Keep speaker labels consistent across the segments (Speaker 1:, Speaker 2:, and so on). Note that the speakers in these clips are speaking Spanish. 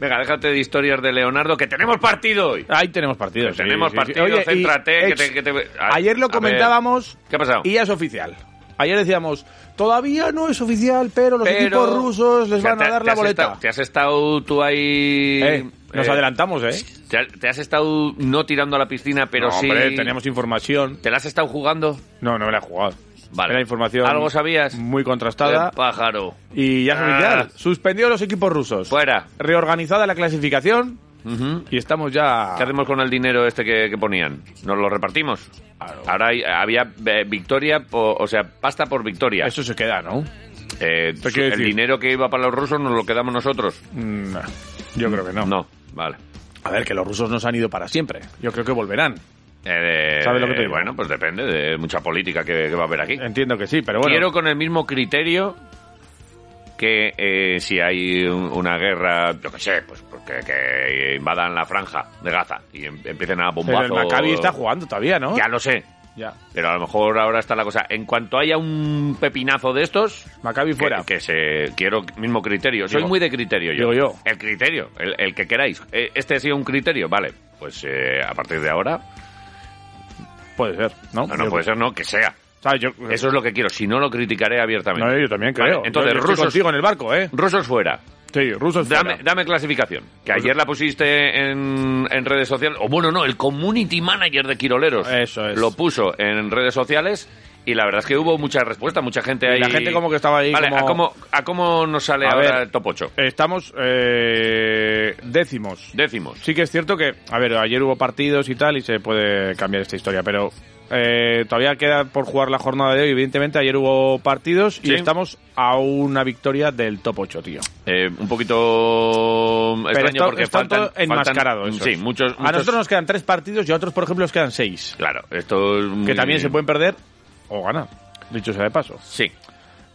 Speaker 1: Venga, déjate de historias de Leonardo, que tenemos partido hoy.
Speaker 2: Ahí tenemos partido. sí,
Speaker 1: tenemos
Speaker 2: sí, sí.
Speaker 1: partido,
Speaker 2: Oye, y,
Speaker 1: céntrate. que
Speaker 2: ex,
Speaker 1: te- que te- a-
Speaker 2: Ayer lo
Speaker 1: a ver,
Speaker 2: comentábamos
Speaker 1: ¿Qué ha pasado?
Speaker 2: y ya es oficial. Ayer decíamos, todavía no es oficial, pero los equipos rusos les
Speaker 1: o sea,
Speaker 2: van
Speaker 1: te-
Speaker 2: a dar
Speaker 1: te
Speaker 2: la
Speaker 1: has
Speaker 2: boleta.
Speaker 1: estado- te has estado tú ahí...
Speaker 2: Eh, nos
Speaker 1: eh,
Speaker 2: adelantamos, ¿eh?
Speaker 1: Te, ha- te has estado no tirando a la piscina, pero
Speaker 2: No,
Speaker 1: sí...
Speaker 2: hombre, teníamos información.
Speaker 1: ¿Te la has estado jugando?
Speaker 2: No, no me la he jugado.
Speaker 1: Vale.
Speaker 2: Era información
Speaker 1: ¿Algo sabías?
Speaker 2: muy
Speaker 1: El
Speaker 2: contrastada.
Speaker 1: eh, pájaro.
Speaker 2: Y ya es oficial.
Speaker 1: Ah.
Speaker 2: Suspendió los equipos rusos.
Speaker 1: Fuera.
Speaker 2: Reorganizada la clasificación
Speaker 1: Ujú.
Speaker 2: y estamos ya...
Speaker 1: ¿Qué hacemos con el dinero este que, que ponían? ¿Nos lo repartimos? Ahora hay- había eh, victoria, po- o sea, pasta por victoria.
Speaker 2: Eso se queda, ¿no?
Speaker 1: Eh,
Speaker 2: Te
Speaker 1: su-
Speaker 2: quiero
Speaker 1: el
Speaker 2: decir-
Speaker 1: dinero que iba para los rusos nos lo quedamos nosotros.
Speaker 2: Mm, no. Yo creo que no.
Speaker 1: No, vale.
Speaker 2: A ver, que los rusos no se han ido para siempre. Yo creo que volverán.
Speaker 1: Eh,
Speaker 2: ¿Sabes lo que te digo?
Speaker 1: Bueno, pues depende de mucha política que, que va a haber aquí.
Speaker 2: Entiendo que sí, pero bueno.
Speaker 1: Quiero con el mismo criterio que eh, si hay un- una guerra, yo qué sé, pues porque, que invadan la franja de Gaza y em- empiecen a
Speaker 2: Pero
Speaker 1: bombazo.
Speaker 2: el Maccabi está jugando todavía, ¿no?
Speaker 1: Ya lo sé,
Speaker 2: Ya.
Speaker 1: pero a lo mejor ahora está la cosa. En cuanto haya un pepinazo de estos,
Speaker 2: Maccabi
Speaker 1: que-
Speaker 2: fuera.
Speaker 1: Que, se quiero mismo criterio. Soy
Speaker 2: Digo-
Speaker 1: muy de criterio yo.
Speaker 2: digo yo.
Speaker 1: El criterio, el, el que queráis. Eh, Este ha sido un criterio, vale. Pues eh, a partir de ahora,
Speaker 2: Puede ser, ¿no?
Speaker 1: no, no
Speaker 2: Yo-
Speaker 1: puede ser, no, que sea.
Speaker 2: O sea, yo,
Speaker 1: Pues
Speaker 2: eh,
Speaker 1: Eso es lo que quiero. Si no, lo criticaré abiertamente.
Speaker 2: No, yo también
Speaker 1: Vale,
Speaker 2: creo.
Speaker 1: entonces,
Speaker 2: Yo- yo estoy
Speaker 1: rusos,
Speaker 2: contigo en el barco, ¿eh?
Speaker 1: rusos fuera.
Speaker 2: Sí, rusos
Speaker 1: Dame,
Speaker 2: fuera.
Speaker 1: dame clasificación. Que ayer la pusiste en, en redes sociales. O bueno, no, el community manager de Quiroleros.
Speaker 2: Eso es.
Speaker 1: Lo puso en redes sociales. Y la verdad es que hubo mucha respuesta, mucha gente ahí.
Speaker 2: Y la gente como que estaba ahí
Speaker 1: Vale,
Speaker 2: como-
Speaker 1: ¿a, cómo, ¿a cómo nos sale
Speaker 2: A
Speaker 1: ahora
Speaker 2: ver.
Speaker 1: el top 8?
Speaker 2: Estamos eh, décimos.
Speaker 1: Décimos.
Speaker 2: Sí que es cierto que, a ver, ayer hubo partidos y tal y se puede cambiar esta historia, pero eh, todavía queda por jugar la jornada de hoy. Evidentemente, ayer hubo partidos y
Speaker 1: Sí.
Speaker 2: estamos a una victoria del top 8, tío.
Speaker 1: Eh, un poquito extraño
Speaker 2: esto-
Speaker 1: porque
Speaker 2: están
Speaker 1: faltan,
Speaker 2: todo enmascarado.
Speaker 1: faltan-
Speaker 2: eso
Speaker 1: Sí,
Speaker 2: es.
Speaker 1: muchos,
Speaker 2: A
Speaker 1: muchos-
Speaker 2: nosotros nos quedan tres partidos y a otros, por ejemplo, nos quedan seis.
Speaker 1: Claro, esto es muy-
Speaker 2: Que también se pueden perder o ganar, dicho sea de paso.
Speaker 1: Sí,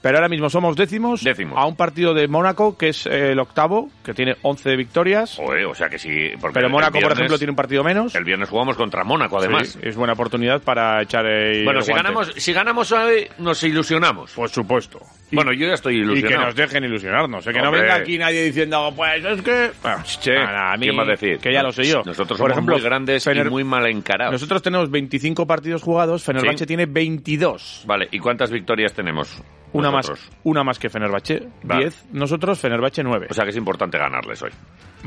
Speaker 2: Pero ahora mismo somos décimos,
Speaker 1: Décimos.
Speaker 2: a un partido de Mónaco, que es eh, el octavo, que tiene 11 victorias.
Speaker 1: Joder, o sea que sí. porque
Speaker 2: pero
Speaker 1: el
Speaker 2: Mónaco, por
Speaker 1: viernes-
Speaker 2: ejemplo, tiene un partido menos.
Speaker 1: El viernes jugamos contra Mónaco, además.
Speaker 2: Sí, es buena oportunidad para echar eh,
Speaker 1: bueno,
Speaker 2: el
Speaker 1: si
Speaker 2: guante.
Speaker 1: ganamos, si ganamos hoy, nos ilusionamos.
Speaker 2: Por supuesto. Y-
Speaker 1: bueno, yo ya estoy
Speaker 2: y que
Speaker 1: ilusionado.
Speaker 2: nos dejen ilusionarnos. eh, Que
Speaker 1: Hombre.
Speaker 2: no venga aquí nadie diciendo, "Oh, pues es que. Bueno,
Speaker 1: Che,
Speaker 2: nada, a mí-
Speaker 1: ¿quién va a decir?
Speaker 2: Que ya lo sé yo.
Speaker 1: Nosotros
Speaker 2: Por
Speaker 1: somos
Speaker 2: ejemplo,
Speaker 1: muy grandes y
Speaker 2: Fener-
Speaker 1: muy mal encarados.
Speaker 2: Nosotros tenemos 25 partidos jugados, Fenerbahce
Speaker 1: Sí.
Speaker 2: tiene 22.
Speaker 1: Vale, ¿y cuántas victorias tenemos?
Speaker 2: Una más,
Speaker 1: nosotros?
Speaker 2: una más que Fenerbahce,
Speaker 1: Vale.
Speaker 2: 10. Nosotros, Fenerbahce, 9.
Speaker 1: O sea que es importante ganarles hoy.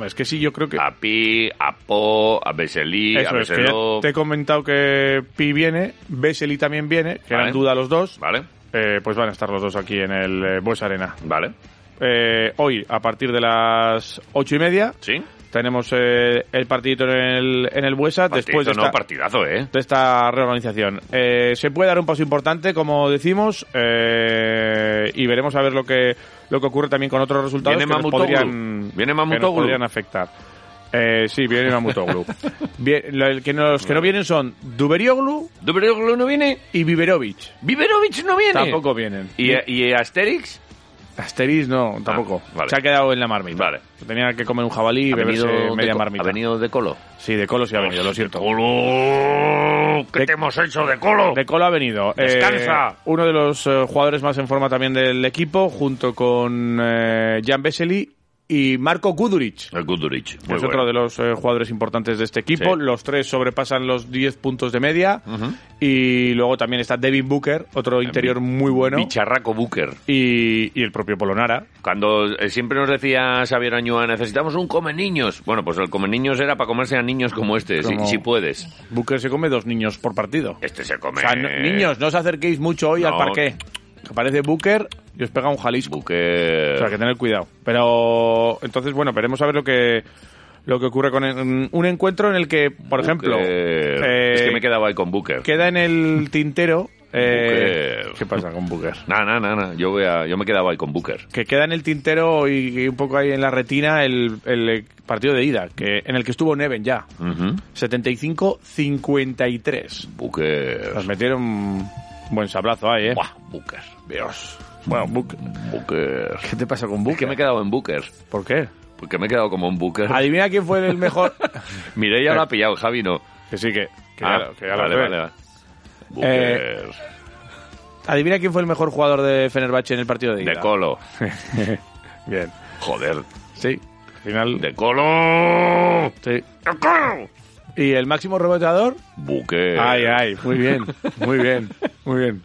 Speaker 2: es que sí, yo creo que...
Speaker 1: A Pi, a Po, a Beseli, a
Speaker 2: eso es, que ya
Speaker 1: Beseló.
Speaker 2: te he comentado que Pi viene, Vesely también viene, que
Speaker 1: Vale.
Speaker 2: eran duda los dos.
Speaker 1: Vale,
Speaker 2: Eh, pues van a estar los dos aquí en el eh, Bues Arena.
Speaker 1: vale.
Speaker 2: Eh, hoy, a partir de las ocho y media,
Speaker 1: ¿Sí?
Speaker 2: tenemos eh, el partidito en el, en el Buesa. después
Speaker 1: Partidazo,
Speaker 2: de
Speaker 1: no,
Speaker 2: esta,
Speaker 1: partidazo, ¿eh?
Speaker 2: de esta reorganización. Eh, se puede dar un paso importante, como decimos, eh, y veremos a ver lo que, lo que ocurre también con otros resultados
Speaker 1: Viene
Speaker 2: que nos
Speaker 1: Mamutoglu.
Speaker 2: podrían,
Speaker 1: Viene
Speaker 2: que nos
Speaker 1: Mamutoglu.
Speaker 2: podrían afectar. Eh, sí, viene Mamutoglu. Bien, lo- el que nos- los que no vienen son Duberioglu
Speaker 1: ¿Dubrovnik no viene?
Speaker 2: y Viverovic.
Speaker 1: ¿Viverovic no viene?
Speaker 2: Tampoco vienen.
Speaker 1: ¿Y, eh, y Asterix?
Speaker 2: Asteris no, tampoco.
Speaker 1: vale.
Speaker 2: Se ha quedado en la marmita.
Speaker 1: Vale.
Speaker 2: Se Tenía que comer un jabalí y
Speaker 1: Ha venido
Speaker 2: beberse media
Speaker 1: de,
Speaker 2: marmita.
Speaker 1: ha venido de Colo.
Speaker 2: Sí, de colo sí ha venido, lo siento.
Speaker 1: ¡Colo! ¿Qué
Speaker 2: De-
Speaker 1: te hemos hecho de Colo?
Speaker 2: De Colo ha venido. Eh,
Speaker 1: Descansa.
Speaker 2: uno de los eh, jugadores más en forma también del equipo, junto con eh, Jan Vesely y Marco Guduric.
Speaker 1: El Guduric.
Speaker 2: que es otro de los eh, jugadores importantes de este equipo.
Speaker 1: Sí.
Speaker 2: Los tres sobrepasan los 10 puntos de media. Y luego también está Devin Booker, otro interior muy bueno.
Speaker 1: Bicharraco Booker.
Speaker 2: Y, y el propio Polonara.
Speaker 1: Cuando eh, siempre nos decía Xavier Añua, necesitamos un come niños. Bueno, pues el come niños era para comerse a niños como este, si,
Speaker 2: Como-
Speaker 1: si puedes.
Speaker 2: Booker se come dos niños por partido.
Speaker 1: Este se come.
Speaker 2: O sea, no- niños, no os acerquéis mucho hoy
Speaker 1: No.
Speaker 2: al parque. Aparece Booker y os pega un Jalisco.
Speaker 1: Booker.
Speaker 2: O sea, que tener cuidado. Pero entonces, bueno, veremos a ver lo que lo que ocurre con en- un encuentro en el que, por ejemplo,
Speaker 1: Booker. es
Speaker 2: eh,
Speaker 1: que me he quedado ahí con Booker.
Speaker 2: queda en el tintero Eh,
Speaker 1: Booker.
Speaker 2: ¿Qué pasa con Booker?
Speaker 1: Nada, nada, nada. Yo, voy a- yo me quedaba ahí con Booker.
Speaker 2: Que queda en el tintero y, y un poco ahí en la retina el, el eh, partido de ida, que en el que estuvo Neven ya.
Speaker 1: Ujú.
Speaker 2: 75-53. Nos
Speaker 1: Booker.
Speaker 2: metieron un buen sablazo ahí, ¿eh?
Speaker 1: Buah, Booker. Dios.
Speaker 2: Bueno, Booker.
Speaker 1: Booker.
Speaker 2: ¿Qué te pasa con
Speaker 1: Es que
Speaker 2: Booker?
Speaker 1: me he quedado en Booker.
Speaker 2: ¿Por qué?
Speaker 1: Porque me he quedado como en Booker.
Speaker 2: Adivina quién fue el mejor.
Speaker 1: Mireia lo ha pillado, Javi no.
Speaker 2: que sí, que, Eh. que ya
Speaker 1: Ah,
Speaker 2: lo- que ya lo
Speaker 1: vale,
Speaker 2: sé. Eh,
Speaker 1: vale, vale. Booker.
Speaker 2: Adivina quién fue el mejor jugador de Fenerbahce en el partido de ida.
Speaker 1: de Colo.
Speaker 2: Bien.
Speaker 1: Joder.
Speaker 2: Sí. Al final.
Speaker 1: De Colo.
Speaker 2: Sí.
Speaker 1: De Colo.
Speaker 2: ¿Y el máximo reboteador?
Speaker 1: Booker.
Speaker 2: Ay, ay. Muy bien. Muy bien. Muy bien.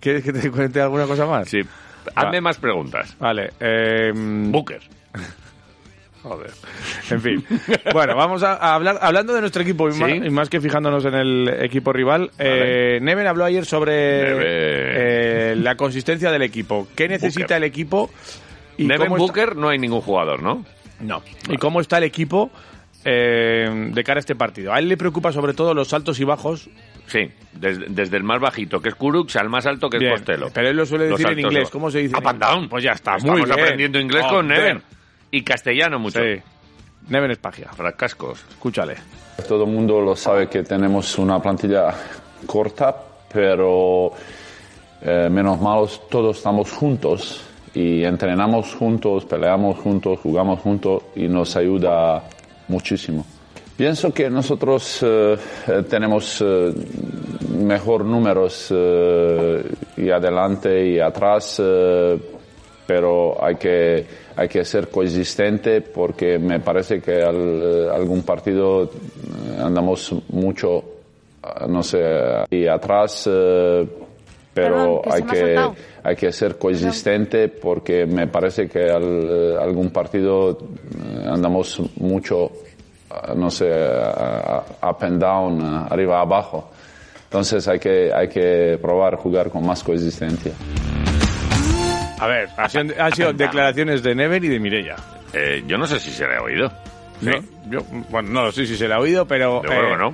Speaker 2: ¿Quieres que te cuente alguna cosa más?
Speaker 1: Sí.
Speaker 2: Ah.
Speaker 1: Hazme más preguntas.
Speaker 2: Vale. Eh,
Speaker 1: Booker.
Speaker 2: Joder. En fin. Bueno, vamos a, a hablar hablando de nuestro equipo y,
Speaker 1: Sí.
Speaker 2: más, y más que fijándonos en el equipo rival.
Speaker 1: Vale.
Speaker 2: eh, Neven habló ayer sobre
Speaker 1: Neven.
Speaker 2: eh, la consistencia del equipo. ¿Qué necesita
Speaker 1: Booker.
Speaker 2: el equipo? y
Speaker 1: Neven
Speaker 2: cómo está-
Speaker 1: Booker no hay ningún jugador, ¿no?
Speaker 2: No. ¿Y cómo está el equipo eh, de cara a este partido? A él le preocupa sobre todo los altos y bajos.
Speaker 1: Sí. Desde, desde el más bajito, que es Kuruks, al más alto, que
Speaker 2: Bien,
Speaker 1: es Costello.
Speaker 2: Pero él lo suele
Speaker 1: Los
Speaker 2: decir en
Speaker 1: altos
Speaker 2: inglés.
Speaker 1: de-
Speaker 2: ¿Cómo se dice? en
Speaker 1: Up and
Speaker 2: inglés?
Speaker 1: down.
Speaker 2: Pues ya está.
Speaker 1: Estamos
Speaker 2: muy bien.
Speaker 1: aprendiendo inglés con
Speaker 2: Joder.
Speaker 1: Neven. Y castellano mucho.
Speaker 2: Sí. Neven es pagia.
Speaker 1: Fracascos.
Speaker 2: Escúchale.
Speaker 3: Todo el mundo lo sabe que tenemos una plantilla corta, pero eh, menos malos, todos estamos juntos y entrenamos juntos, peleamos juntos, jugamos juntos y nos ayuda muchísimo. Pienso que nosotros eh, eh, tenemos eh, mejor números eh, y adelante y atrás, eh, pero hay que, hay que ser consistente porque me parece que al- algún partido eh, andamos mucho, ah, no sé, y atrás, eh, pero
Speaker 4: Perdón, que se
Speaker 3: hay,
Speaker 4: me ha
Speaker 3: que,
Speaker 4: soltado.
Speaker 3: hay que ser consistente porque me parece que al- eh, algún partido eh, andamos mucho, ah, no sé, ah, ah, up and down, ah, arriba, abajo. Entonces hay que, hay que probar jugar con más consistencia.
Speaker 2: A ver, han sido, han sido declaraciones de Neven y de Mirella.
Speaker 1: Eh, yo no sé si se le ha oído.
Speaker 2: ¿no? Yo, bueno, no lo sé si se le ha oído, pero.
Speaker 1: Yo creo
Speaker 2: eh,
Speaker 1: que no.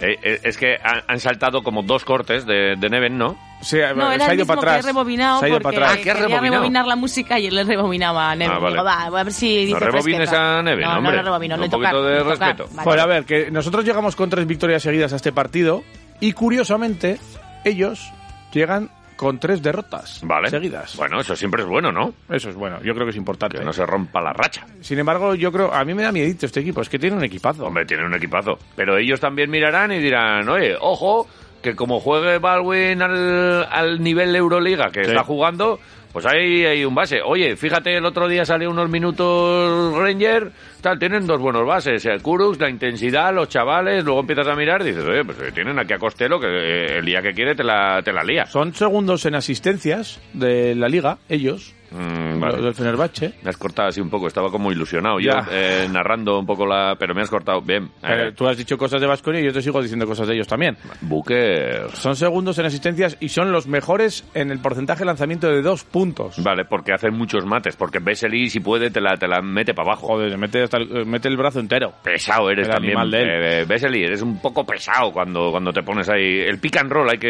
Speaker 1: Eh, eh, es que han, han saltado como dos cortes de, de Neven, ¿no?
Speaker 2: Se, ha-
Speaker 4: No,
Speaker 2: se
Speaker 4: era
Speaker 2: ha
Speaker 4: el
Speaker 2: ido
Speaker 4: mismo
Speaker 2: para
Speaker 4: que he
Speaker 2: atrás.
Speaker 4: rebobinado
Speaker 2: se ha ido
Speaker 4: porque
Speaker 2: para atrás.
Speaker 1: Ah, que ha
Speaker 4: quería
Speaker 1: rebobinado.
Speaker 4: rebobinar la música y él le rebobinaba a Neven.
Speaker 1: Ah, vale.
Speaker 4: Digo, va, a ver si dice
Speaker 1: No rebobines
Speaker 4: fresqueta.
Speaker 1: a Neven,
Speaker 4: no,
Speaker 1: hombre.
Speaker 4: No, no rebobino,
Speaker 1: Un
Speaker 4: no hay tocar,
Speaker 1: poquito de
Speaker 4: no hay tocar.
Speaker 1: respeto.
Speaker 4: Vale.
Speaker 2: Bueno, a ver, que nosotros llegamos con tres victorias seguidas a este partido y curiosamente ellos llegan con tres derrotas
Speaker 1: Vale.
Speaker 2: seguidas.
Speaker 1: Bueno, eso siempre es bueno, ¿no?
Speaker 2: Eso es bueno, yo creo que es importante.
Speaker 1: Que no se rompa la racha.
Speaker 2: Sin embargo, yo creo, a mí me da miedito este equipo, es que tiene un equipazo.
Speaker 1: Hombre, tienen un equipazo. Pero ellos también mirarán y dirán, oye, ojo, que como juegue Baldwin al, al nivel Euroliga que
Speaker 2: Sí.
Speaker 1: está jugando, pues ahí hay un base. Oye, fíjate, el otro día salió unos minutos Ranger, tal, tienen dos buenos bases, el Kurux, la intensidad, los chavales, luego empiezas a mirar y dices, oye, pues eh, tienen aquí a Costello que eh, el día que quiere te la, te la lía.
Speaker 2: Son segundos en asistencias de la liga, ellos,
Speaker 1: Mm, vale.
Speaker 2: los del Fenerbahce.
Speaker 1: Me has cortado así un poco, estaba como ilusionado
Speaker 2: Ya.
Speaker 1: yo eh, narrando un poco la... Pero me has cortado, bien.
Speaker 2: Eh,
Speaker 1: Eh,
Speaker 2: tú has dicho cosas de Vasconia y yo te sigo diciendo cosas de ellos también.
Speaker 1: Booker.
Speaker 2: Son segundos en asistencias y son los mejores en el porcentaje de lanzamiento de dos puntos.
Speaker 1: Vale, porque hacen muchos mates, porque Vesely, si puede, te la, te la mete para abajo.
Speaker 2: Joder, mete, hasta el, eh, mete el brazo entero.
Speaker 1: Pesado eres
Speaker 2: El
Speaker 1: también.
Speaker 2: animal de él.
Speaker 1: eh, Vesely, eres un poco pesado cuando, cuando te pones ahí. El pick and roll hay que,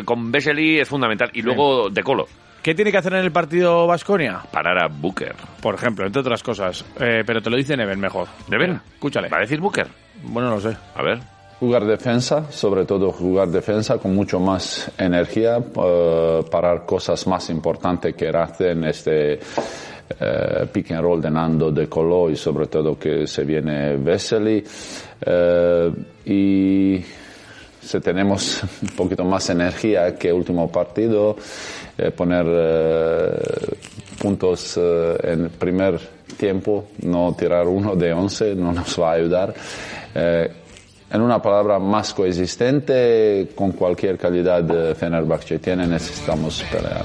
Speaker 1: eh, con Vesely es fundamental. Y luego de colo,
Speaker 2: ¿Qué tiene que hacer en el partido Vasconia?
Speaker 1: parar a Booker.
Speaker 2: Por ejemplo, entre otras cosas. Eh, pero te lo dice Neven mejor.
Speaker 1: Neven,
Speaker 2: Mira, Escúchale.
Speaker 1: ¿Va a decir Booker?
Speaker 2: Bueno, no sé.
Speaker 1: A ver.
Speaker 3: Jugar defensa, sobre todo jugar defensa con mucho más energía, eh, parar cosas más importantes que hacen este eh, pick and roll de Nando de Colo y sobre todo que se viene Vesely. Eh, y si tenemos un poquito más energía que último partido, eh, poner eh, puntos eh, en primer tiempo, no tirar uno de 11, no nos va a ayudar. Eh, en una palabra más coexistente con cualquier calidad de Fenerbahce tiene necesitamos pelear.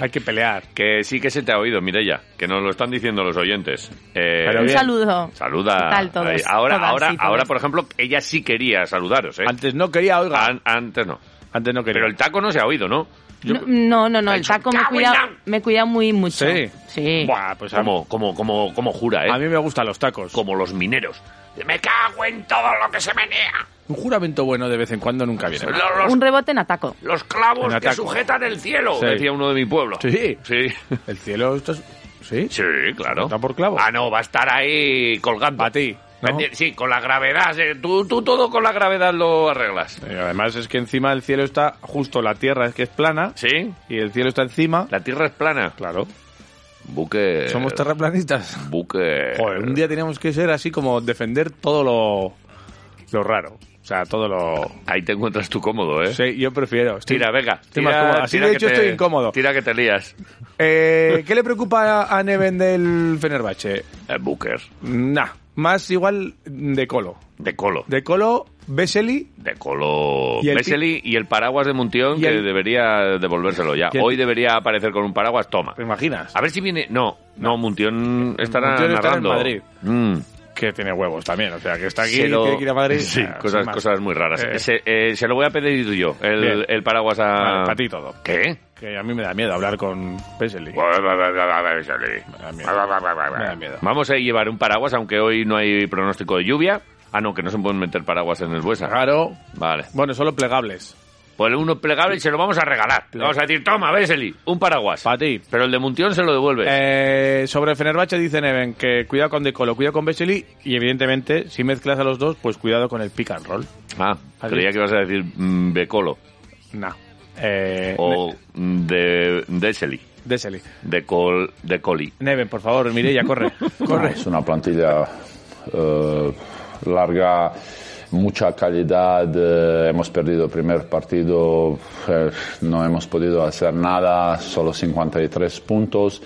Speaker 2: Hay que pelear.
Speaker 1: Que sí que se te ha oído, Mirella, que nos lo están diciendo los oyentes. Eh,
Speaker 2: Pero
Speaker 4: Un
Speaker 2: bien.
Speaker 4: saludo.
Speaker 1: Saluda.
Speaker 4: ¿Qué tal todos?
Speaker 1: Ahí. Ahora,
Speaker 4: Todas,
Speaker 1: ahora,
Speaker 4: sí, todas.
Speaker 1: ahora, por ejemplo, ella sí quería saludaros, ¿eh?
Speaker 2: Antes no quería, oiga.
Speaker 1: An- antes no.
Speaker 2: Ah, Antes no quería.
Speaker 1: Pero el taco no se ha oído, ¿no? Yo-
Speaker 4: No, no, no,
Speaker 1: Ha
Speaker 4: el
Speaker 1: dicho,
Speaker 4: taco me
Speaker 1: "Cago en
Speaker 4: cuida,
Speaker 1: la-".
Speaker 4: me cuida muy mucho.
Speaker 2: Sí.
Speaker 4: Sí.
Speaker 1: Buah, pues como, como, como, como jura, ¿eh?
Speaker 2: A mí me gustan los tacos.
Speaker 1: Como los mineros. ¡Me cago en todo lo que se menea!
Speaker 2: Un juramento bueno de vez en cuando nunca viene. mal.
Speaker 1: Los, los-
Speaker 4: Un rebote en ataco.
Speaker 1: los clavos
Speaker 2: En
Speaker 1: que
Speaker 2: ataque.
Speaker 1: sujetan el cielo,
Speaker 2: Sí.
Speaker 1: decía uno de mi pueblo.
Speaker 2: Sí.
Speaker 1: Sí,
Speaker 2: El cielo esto es- ¿Sí?
Speaker 1: sí, claro.
Speaker 2: ¿Está por clavo?
Speaker 1: Ah, no, va a estar ahí colgando.
Speaker 2: A ti, ¿no?
Speaker 1: Sí, con la gravedad. sí, Tú, tú todo con la gravedad lo arreglas.
Speaker 2: Eh, Además es que encima el cielo está justo la tierra es que es plana
Speaker 1: ¿Sí?
Speaker 2: y el cielo está encima.
Speaker 1: La Tierra es plana.
Speaker 2: Claro.
Speaker 1: Buque.
Speaker 2: Somos terraplanistas.
Speaker 1: Buque.
Speaker 2: eh, Joder, un día teníamos que ser así como defender todo lo, lo raro. O sea, todo lo...
Speaker 1: Ahí te encuentras tú cómodo, ¿eh?
Speaker 2: Sí, yo prefiero. Estoy-
Speaker 1: Tira, venga.
Speaker 2: Estoy más cómodo. Así
Speaker 1: tira
Speaker 2: de
Speaker 1: que
Speaker 2: hecho
Speaker 1: te-
Speaker 2: estoy incómodo.
Speaker 1: Tira que te lías.
Speaker 2: Eh, ¿Qué le preocupa a Neven del Fenerbahce?
Speaker 1: Eh, Booker.
Speaker 2: Nah, más igual de Colo.
Speaker 1: De colo.
Speaker 2: De Colo, Vesely
Speaker 1: De colo.
Speaker 2: Y el
Speaker 1: Vesely y el paraguas de Muntión,
Speaker 2: y
Speaker 1: que
Speaker 2: el-
Speaker 1: debería devolvérselo ya.
Speaker 2: y el-
Speaker 1: Hoy debería aparecer con un paraguas, toma.
Speaker 2: ¿Te imaginas?
Speaker 1: A ver si viene. No, no, Muntión estará
Speaker 2: Muntión estará en
Speaker 1: narrando.
Speaker 2: Madrid.
Speaker 1: Mm.
Speaker 2: Que tiene huevos también, o sea, que está aquí,
Speaker 1: Se lo-
Speaker 2: tiene que ir a Madrid.
Speaker 1: Sí,
Speaker 2: Ah, sin
Speaker 1: cosas,
Speaker 2: más.
Speaker 1: cosas muy raras.
Speaker 2: Eh.
Speaker 1: Se, eh, se lo voy a pedir yo, el,
Speaker 2: Bien.
Speaker 1: el paraguas a.
Speaker 2: Vale, para ti todo.
Speaker 1: ¿Qué?
Speaker 2: Que a mí me da miedo hablar con Vesely. Me da miedo.
Speaker 1: Vamos a llevar un paraguas, aunque hoy no hay pronóstico de lluvia. Ah, no, que no se pueden meter paraguas en el Buesa.
Speaker 2: Claro.
Speaker 1: Vale.
Speaker 2: Bueno, solo plegables.
Speaker 1: Pues uno plegable y se lo vamos a regalar. Le vamos a decir, toma, Vesely, un paraguas.
Speaker 2: Pa' ti.
Speaker 1: Pero el de Muntión se lo devuelve.
Speaker 2: Eh, sobre Fenerbahce dice Neven que cuidado con De Colo, cuidado con Vesely y evidentemente si mezclas a los dos, pues cuidado con el pick and roll.
Speaker 1: ah,
Speaker 2: ¿has
Speaker 1: creía que ibas a decir mm, Becolo
Speaker 2: Nah. Eh,
Speaker 1: o mm, de Vesely.
Speaker 2: Ne- Vesely.
Speaker 1: De, col, de Coli.
Speaker 2: Neven, por favor, Mireia, corre. corre.
Speaker 3: Es una plantilla eh, larga, mucha calidad. eh, hemos perdido el primer partido, eh, no hemos podido hacer nada, solo 53 puntos.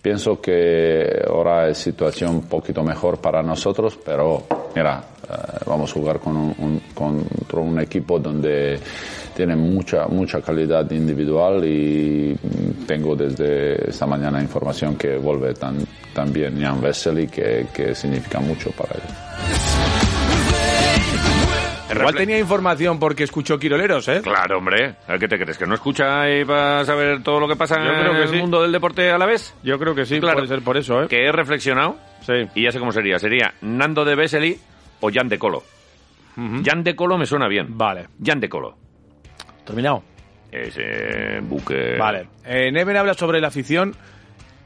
Speaker 3: Pienso que ahora es situación un poquito mejor para nosotros, pero mira, eh, vamos a jugar con un, un- contra un equipo donde tiene mucha mucha calidad individual y mm, tengo desde esta mañana información que vuelve tan, también Jan Vesely, que, que significa mucho para él.
Speaker 2: Igual tenía información porque escuchó Quiroleros, ¿eh?
Speaker 1: Claro, hombre. ¿A ¿Qué te crees? ¿Que no escucha y vas a saber todo lo que pasa
Speaker 2: Yo creo
Speaker 1: en
Speaker 2: que
Speaker 1: el
Speaker 2: sí.
Speaker 1: mundo del deporte a la vez?
Speaker 2: Yo creo que sí,
Speaker 1: Claro.
Speaker 2: puede ser por eso, ¿eh?
Speaker 1: Que he reflexionado
Speaker 2: Sí.
Speaker 1: y ya sé cómo sería. Sería Nando de Vesely o Jan de Colo. Jan de Colo me suena bien.
Speaker 2: Vale.
Speaker 1: Jan de Colo.
Speaker 2: Terminado.
Speaker 1: Ese buque.
Speaker 2: Vale. Eh, Neven habla sobre la afición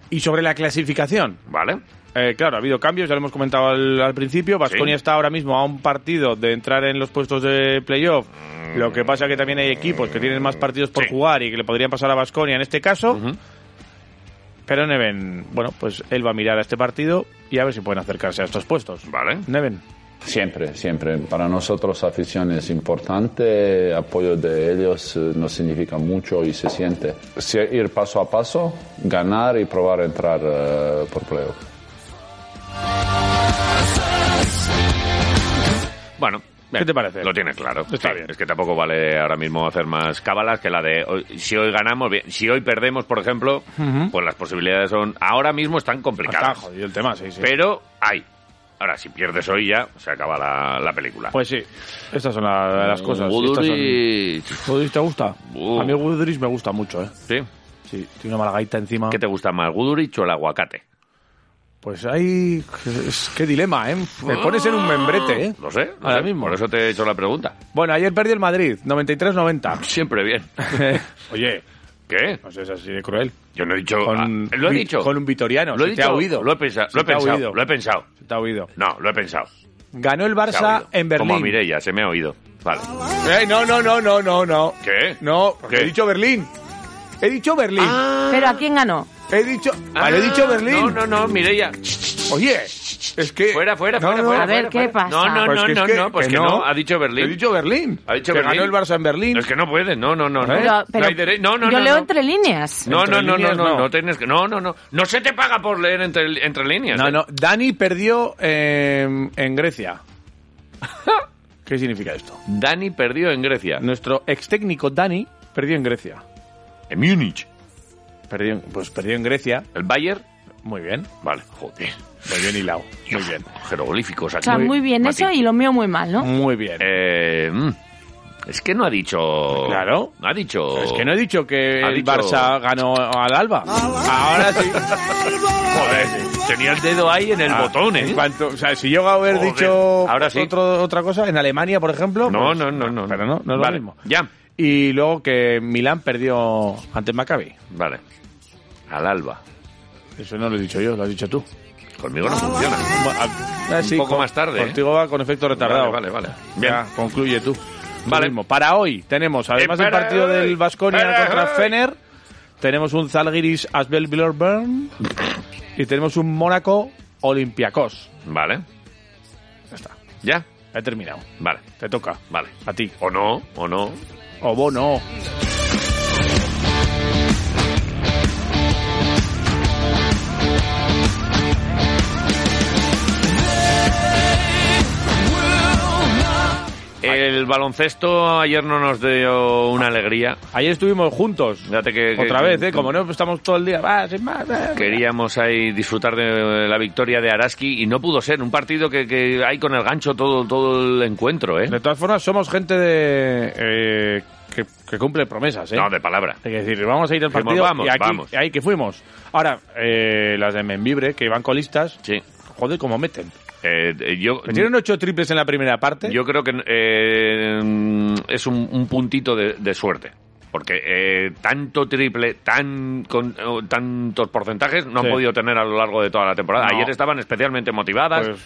Speaker 2: y sobre la clasificación.
Speaker 1: Vale.
Speaker 2: Eh, claro, ha habido cambios, ya lo hemos comentado al, al principio. Vasconia
Speaker 1: Sí.
Speaker 2: está ahora mismo a un partido de entrar en los puestos de playoff. Lo que pasa que también hay equipos que tienen más partidos por
Speaker 1: Sí.
Speaker 2: jugar y que le podrían pasar a Vasconia en este caso. Pero Neven, bueno, pues él va a mirar a este partido y a ver si pueden acercarse a estos puestos.
Speaker 1: Vale.
Speaker 2: Neven.
Speaker 3: Siempre, siempre. Para nosotros afición es importante, apoyo de ellos eh, nos significa mucho y se siente. Si- ir paso a paso, ganar y probar a entrar eh, por playoff.
Speaker 1: Bueno.
Speaker 2: ¿Qué te parece?
Speaker 1: Lo tienes claro.
Speaker 2: Está
Speaker 1: Sí,
Speaker 2: bien.
Speaker 1: Es que tampoco vale ahora mismo hacer más cábalas que la de hoy- si hoy ganamos, bien. Si hoy perdemos, por ejemplo, pues las posibilidades son. Ahora mismo están complicadas.
Speaker 2: Ah, Está jodido el tema, sí, sí.
Speaker 1: Pero hay. Ahora, si pierdes hoy ya, se acaba la, la película.
Speaker 2: Pues sí, estas son la-
Speaker 1: Mm,
Speaker 2: las cosas. y estas son-
Speaker 1: Guduri-
Speaker 2: ¿Gudurich te gusta?
Speaker 1: Uh.
Speaker 2: A mí Gudurich me gusta mucho, ¿eh?
Speaker 1: ¿Sí?
Speaker 2: Sí, tiene una malgaita encima.
Speaker 1: ¿Qué te gusta más, Gudurich o el aguacate?
Speaker 2: Pues hay... es- Qué dilema, ¿eh? Me pones en un membrete, ¿eh?
Speaker 1: No sé. no
Speaker 2: Ahora
Speaker 1: sé,
Speaker 2: mismo.
Speaker 1: Por eso te he hecho la pregunta.
Speaker 2: Bueno, ayer perdió el Madrid, 93-90.
Speaker 1: Siempre bien.
Speaker 2: Oye,
Speaker 1: ¿Qué?
Speaker 2: no seas así de cruel.
Speaker 1: Yo no he dicho.
Speaker 2: Con
Speaker 1: ah,
Speaker 2: un
Speaker 1: lo he
Speaker 2: vi-
Speaker 1: dicho.
Speaker 2: con un vitoriano,
Speaker 1: Lo he
Speaker 2: se te
Speaker 1: dicho,
Speaker 2: ha oído.
Speaker 1: Lo he, pensa-
Speaker 2: Se
Speaker 1: lo he
Speaker 2: te ha
Speaker 1: pensado.
Speaker 2: oído.
Speaker 1: Lo he pensado.
Speaker 2: Se te ha oído.
Speaker 1: No, lo he pensado.
Speaker 2: Ganó el
Speaker 1: Se ha
Speaker 2: Barça
Speaker 1: oído.
Speaker 2: en Berlín.
Speaker 1: Como Mirella, se me ha oído. Vale.
Speaker 2: Eh, no, no, no, no, no, no.
Speaker 1: ¿Qué?
Speaker 2: No, porque
Speaker 1: ¿Qué? Ah.
Speaker 2: he dicho Berlín. He dicho Berlín.
Speaker 4: ¿Pero a quién ganó?
Speaker 2: He dicho... Ah, he dicho Berlín.
Speaker 1: No, no, no, Mirella.
Speaker 2: Oye, es que...
Speaker 1: Fuera, fuera,
Speaker 2: No,
Speaker 1: fuera,
Speaker 2: no,
Speaker 1: fuera.
Speaker 4: A ver,
Speaker 1: fuera, fuera.
Speaker 4: ¿qué pasa?
Speaker 1: No, no,
Speaker 2: Pues
Speaker 1: no,
Speaker 2: que es
Speaker 1: no,
Speaker 2: que-
Speaker 1: no, pues
Speaker 2: que
Speaker 1: que no.
Speaker 2: no.
Speaker 1: Ha dicho Berlín.
Speaker 2: He dicho Berlín.
Speaker 1: Ha dicho
Speaker 2: que
Speaker 1: Berlín.
Speaker 2: ganó el Barça en Berlín. ¿Eh?
Speaker 1: Es que no puede, no, no, no. no.
Speaker 4: Pero-
Speaker 1: ¿Eh? No
Speaker 4: pero
Speaker 1: hay dere- no, no,
Speaker 4: yo
Speaker 1: no,
Speaker 4: leo
Speaker 1: no.
Speaker 4: entre líneas.
Speaker 1: No,
Speaker 2: Entre
Speaker 1: no, no, no,
Speaker 2: líneas,
Speaker 1: no, no,
Speaker 2: no.
Speaker 1: tienes que, no, no, no, no se te paga por leer entre, entre líneas.
Speaker 2: No,
Speaker 1: ¿eh?
Speaker 2: no. Dani perdió eh, en Grecia. ¿Qué significa esto?
Speaker 1: Dani perdió en Grecia.
Speaker 2: Nuestro ex técnico Dani perdió en Grecia.
Speaker 1: En Múnich.
Speaker 2: Perdió, en- pues perdió en Grecia.
Speaker 1: El Bayern.
Speaker 2: Muy bien.
Speaker 1: Vale, joder.
Speaker 2: Muy bien hilado. Muy bien.
Speaker 1: Jeroglíficos
Speaker 4: O
Speaker 1: aquí.
Speaker 4: sea, muy bien
Speaker 1: Mati.
Speaker 4: eso y lo mío muy mal, ¿no?
Speaker 2: Muy bien.
Speaker 1: Eh, mm, Es que no ha dicho.
Speaker 2: Claro.
Speaker 1: No ha dicho.
Speaker 2: Es que no he dicho que
Speaker 1: Ha
Speaker 2: el
Speaker 1: dicho-
Speaker 2: Barça ganó al Alba. Ahora sí.
Speaker 1: Joder, tenía el dedo ahí en el
Speaker 2: Ah,
Speaker 1: botón,
Speaker 2: en
Speaker 1: ¿eh?
Speaker 2: cuanto- o sea, si yo haber
Speaker 1: Joder,
Speaker 2: dicho
Speaker 1: ahora sí.
Speaker 2: otro- otra cosa, en Alemania, por ejemplo.
Speaker 1: No,
Speaker 2: pues,
Speaker 1: no, no, no.
Speaker 2: Pero no, no es
Speaker 1: Vale,
Speaker 2: lo mismo.
Speaker 1: Ya.
Speaker 2: Y luego que Milán perdió ante el Maccabi.
Speaker 1: Vale. Al alba.
Speaker 2: Eso no lo he dicho yo, lo has dicho tú.
Speaker 1: Conmigo no funciona.
Speaker 2: Ah, sí,
Speaker 1: poco
Speaker 2: con-
Speaker 1: más tarde, ¿eh?
Speaker 2: Contigo va con efecto retardado.
Speaker 1: Vale, vale, vale.
Speaker 2: Bien.
Speaker 1: Bien.
Speaker 2: concluye tú.
Speaker 1: Vale.
Speaker 2: Tú mismo. Para hoy tenemos, además del
Speaker 1: Espera,
Speaker 2: partido
Speaker 1: hoy.
Speaker 2: del Vasconia
Speaker 1: Espera,
Speaker 2: contra
Speaker 1: hoy.
Speaker 2: Fener, tenemos un Zalgiris Asbel Bilorburn y tenemos un Mónaco Olympiacos.
Speaker 1: Vale.
Speaker 2: Ya está.
Speaker 1: Ya.
Speaker 2: He terminado.
Speaker 1: Vale.
Speaker 2: Te toca.
Speaker 1: Vale.
Speaker 2: A ti.
Speaker 1: O no, o no.
Speaker 2: O vos no.
Speaker 1: El baloncesto ayer no nos dio una alegría.
Speaker 2: Ayer estuvimos juntos.
Speaker 1: Fíjate que.
Speaker 2: Otra
Speaker 1: que-
Speaker 2: vez, ¿eh? Como no estamos todo el día. va, sin más, eh. va, va.
Speaker 1: Queríamos ahí disfrutar de la victoria de Araski y no pudo ser. Un partido que, que hay con el gancho todo, todo el encuentro, ¿eh?
Speaker 2: De todas formas, somos gente de eh, que, que cumple promesas, ¿eh?
Speaker 1: No, de palabra.
Speaker 2: Hay que decir, vamos a ir al
Speaker 1: Fuimos,
Speaker 2: partido
Speaker 1: vamos,
Speaker 2: y aquí,
Speaker 1: vamos.
Speaker 2: y ahí que fuimos. Ahora, eh, las de Membibre, que van colistas,
Speaker 1: Sí.
Speaker 2: joder, cómo meten.
Speaker 1: Eh, eh, yo,
Speaker 2: Metieron ocho triples en la primera parte.
Speaker 1: Yo creo que eh, es un, un puntito de, de suerte. Porque eh, tanto triple, tan con eh, tantos porcentajes no
Speaker 2: Sí.
Speaker 1: han podido tener a lo largo de toda la temporada.
Speaker 2: No.
Speaker 1: Ayer estaban especialmente motivadas.
Speaker 2: pues,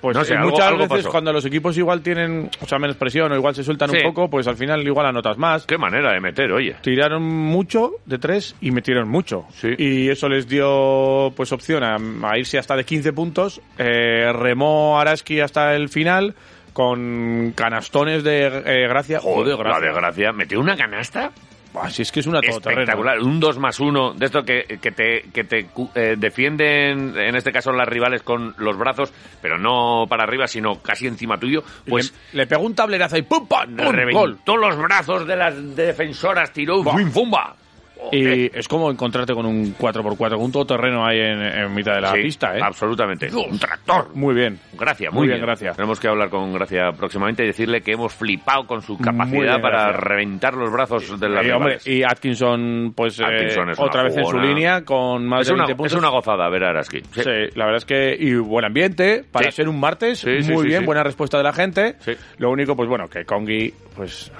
Speaker 2: pues,
Speaker 1: No sé,
Speaker 2: eh,
Speaker 1: algo-
Speaker 2: muchas
Speaker 1: algo
Speaker 2: veces
Speaker 1: pasó.
Speaker 2: cuando los equipos igual tienen, o sea, menos presión o igual se sueltan
Speaker 1: Sí.
Speaker 2: un poco, pues al final igual anotas más.
Speaker 1: Qué manera de meter, oye.
Speaker 2: Tiraron mucho de tres y metieron mucho.
Speaker 1: Sí.
Speaker 2: Y eso les dio pues opción a, a irse hasta de 15 puntos. Eh, remó Araski hasta el final con canastones de eh, Gracia. Joder,
Speaker 1: La desgracia. Metió una canasta
Speaker 2: Ah, si es que es una todoterreno.
Speaker 1: espectacular. Un 2 más 1. De esto que, que te, que te cu- eh, defienden, en este caso las rivales, con los brazos, pero no para arriba, sino casi encima tuyo. Pues
Speaker 2: le, le pegó un tablerazo y ¡pum, pam! ¡Pum!
Speaker 1: reventó
Speaker 2: ¡Gol!
Speaker 1: los brazos de las defensoras, tiró
Speaker 2: Buah.
Speaker 1: ¡fum, fumba! Joder.
Speaker 2: Y es como encontrarte con un 4x4, con un todoterreno ahí en, en mitad de la
Speaker 1: Sí,
Speaker 2: pista, ¿eh?
Speaker 1: Absolutamente. Un tractor.
Speaker 2: Muy bien.
Speaker 1: Gracias,
Speaker 2: Muy
Speaker 1: muy,
Speaker 2: bien,
Speaker 1: bien.
Speaker 2: Gracia.
Speaker 1: Tenemos que hablar con Gracia próximamente y decirle que hemos flipado con su
Speaker 2: Muy
Speaker 1: capacidad
Speaker 2: bien,
Speaker 1: para
Speaker 2: Gracia.
Speaker 1: reventar los brazos de las
Speaker 2: Y, hombre,
Speaker 1: rivales.
Speaker 2: y Atkinson, pues eh,
Speaker 1: Atkinson es una
Speaker 2: otra vez en su
Speaker 1: jugona.
Speaker 2: línea con más
Speaker 1: es,
Speaker 2: de
Speaker 1: una,
Speaker 2: 20 puntos.
Speaker 1: es una gozada ver a Araski. Sí.
Speaker 2: Sí, la verdad es que y buen ambiente para
Speaker 1: Sí.
Speaker 2: ser un martes,
Speaker 1: Sí, sí,
Speaker 2: muy
Speaker 1: sí,
Speaker 2: bien,
Speaker 1: sí.
Speaker 2: buena respuesta de la gente.
Speaker 1: Sí.
Speaker 2: Lo único, pues bueno, que Congi, pues,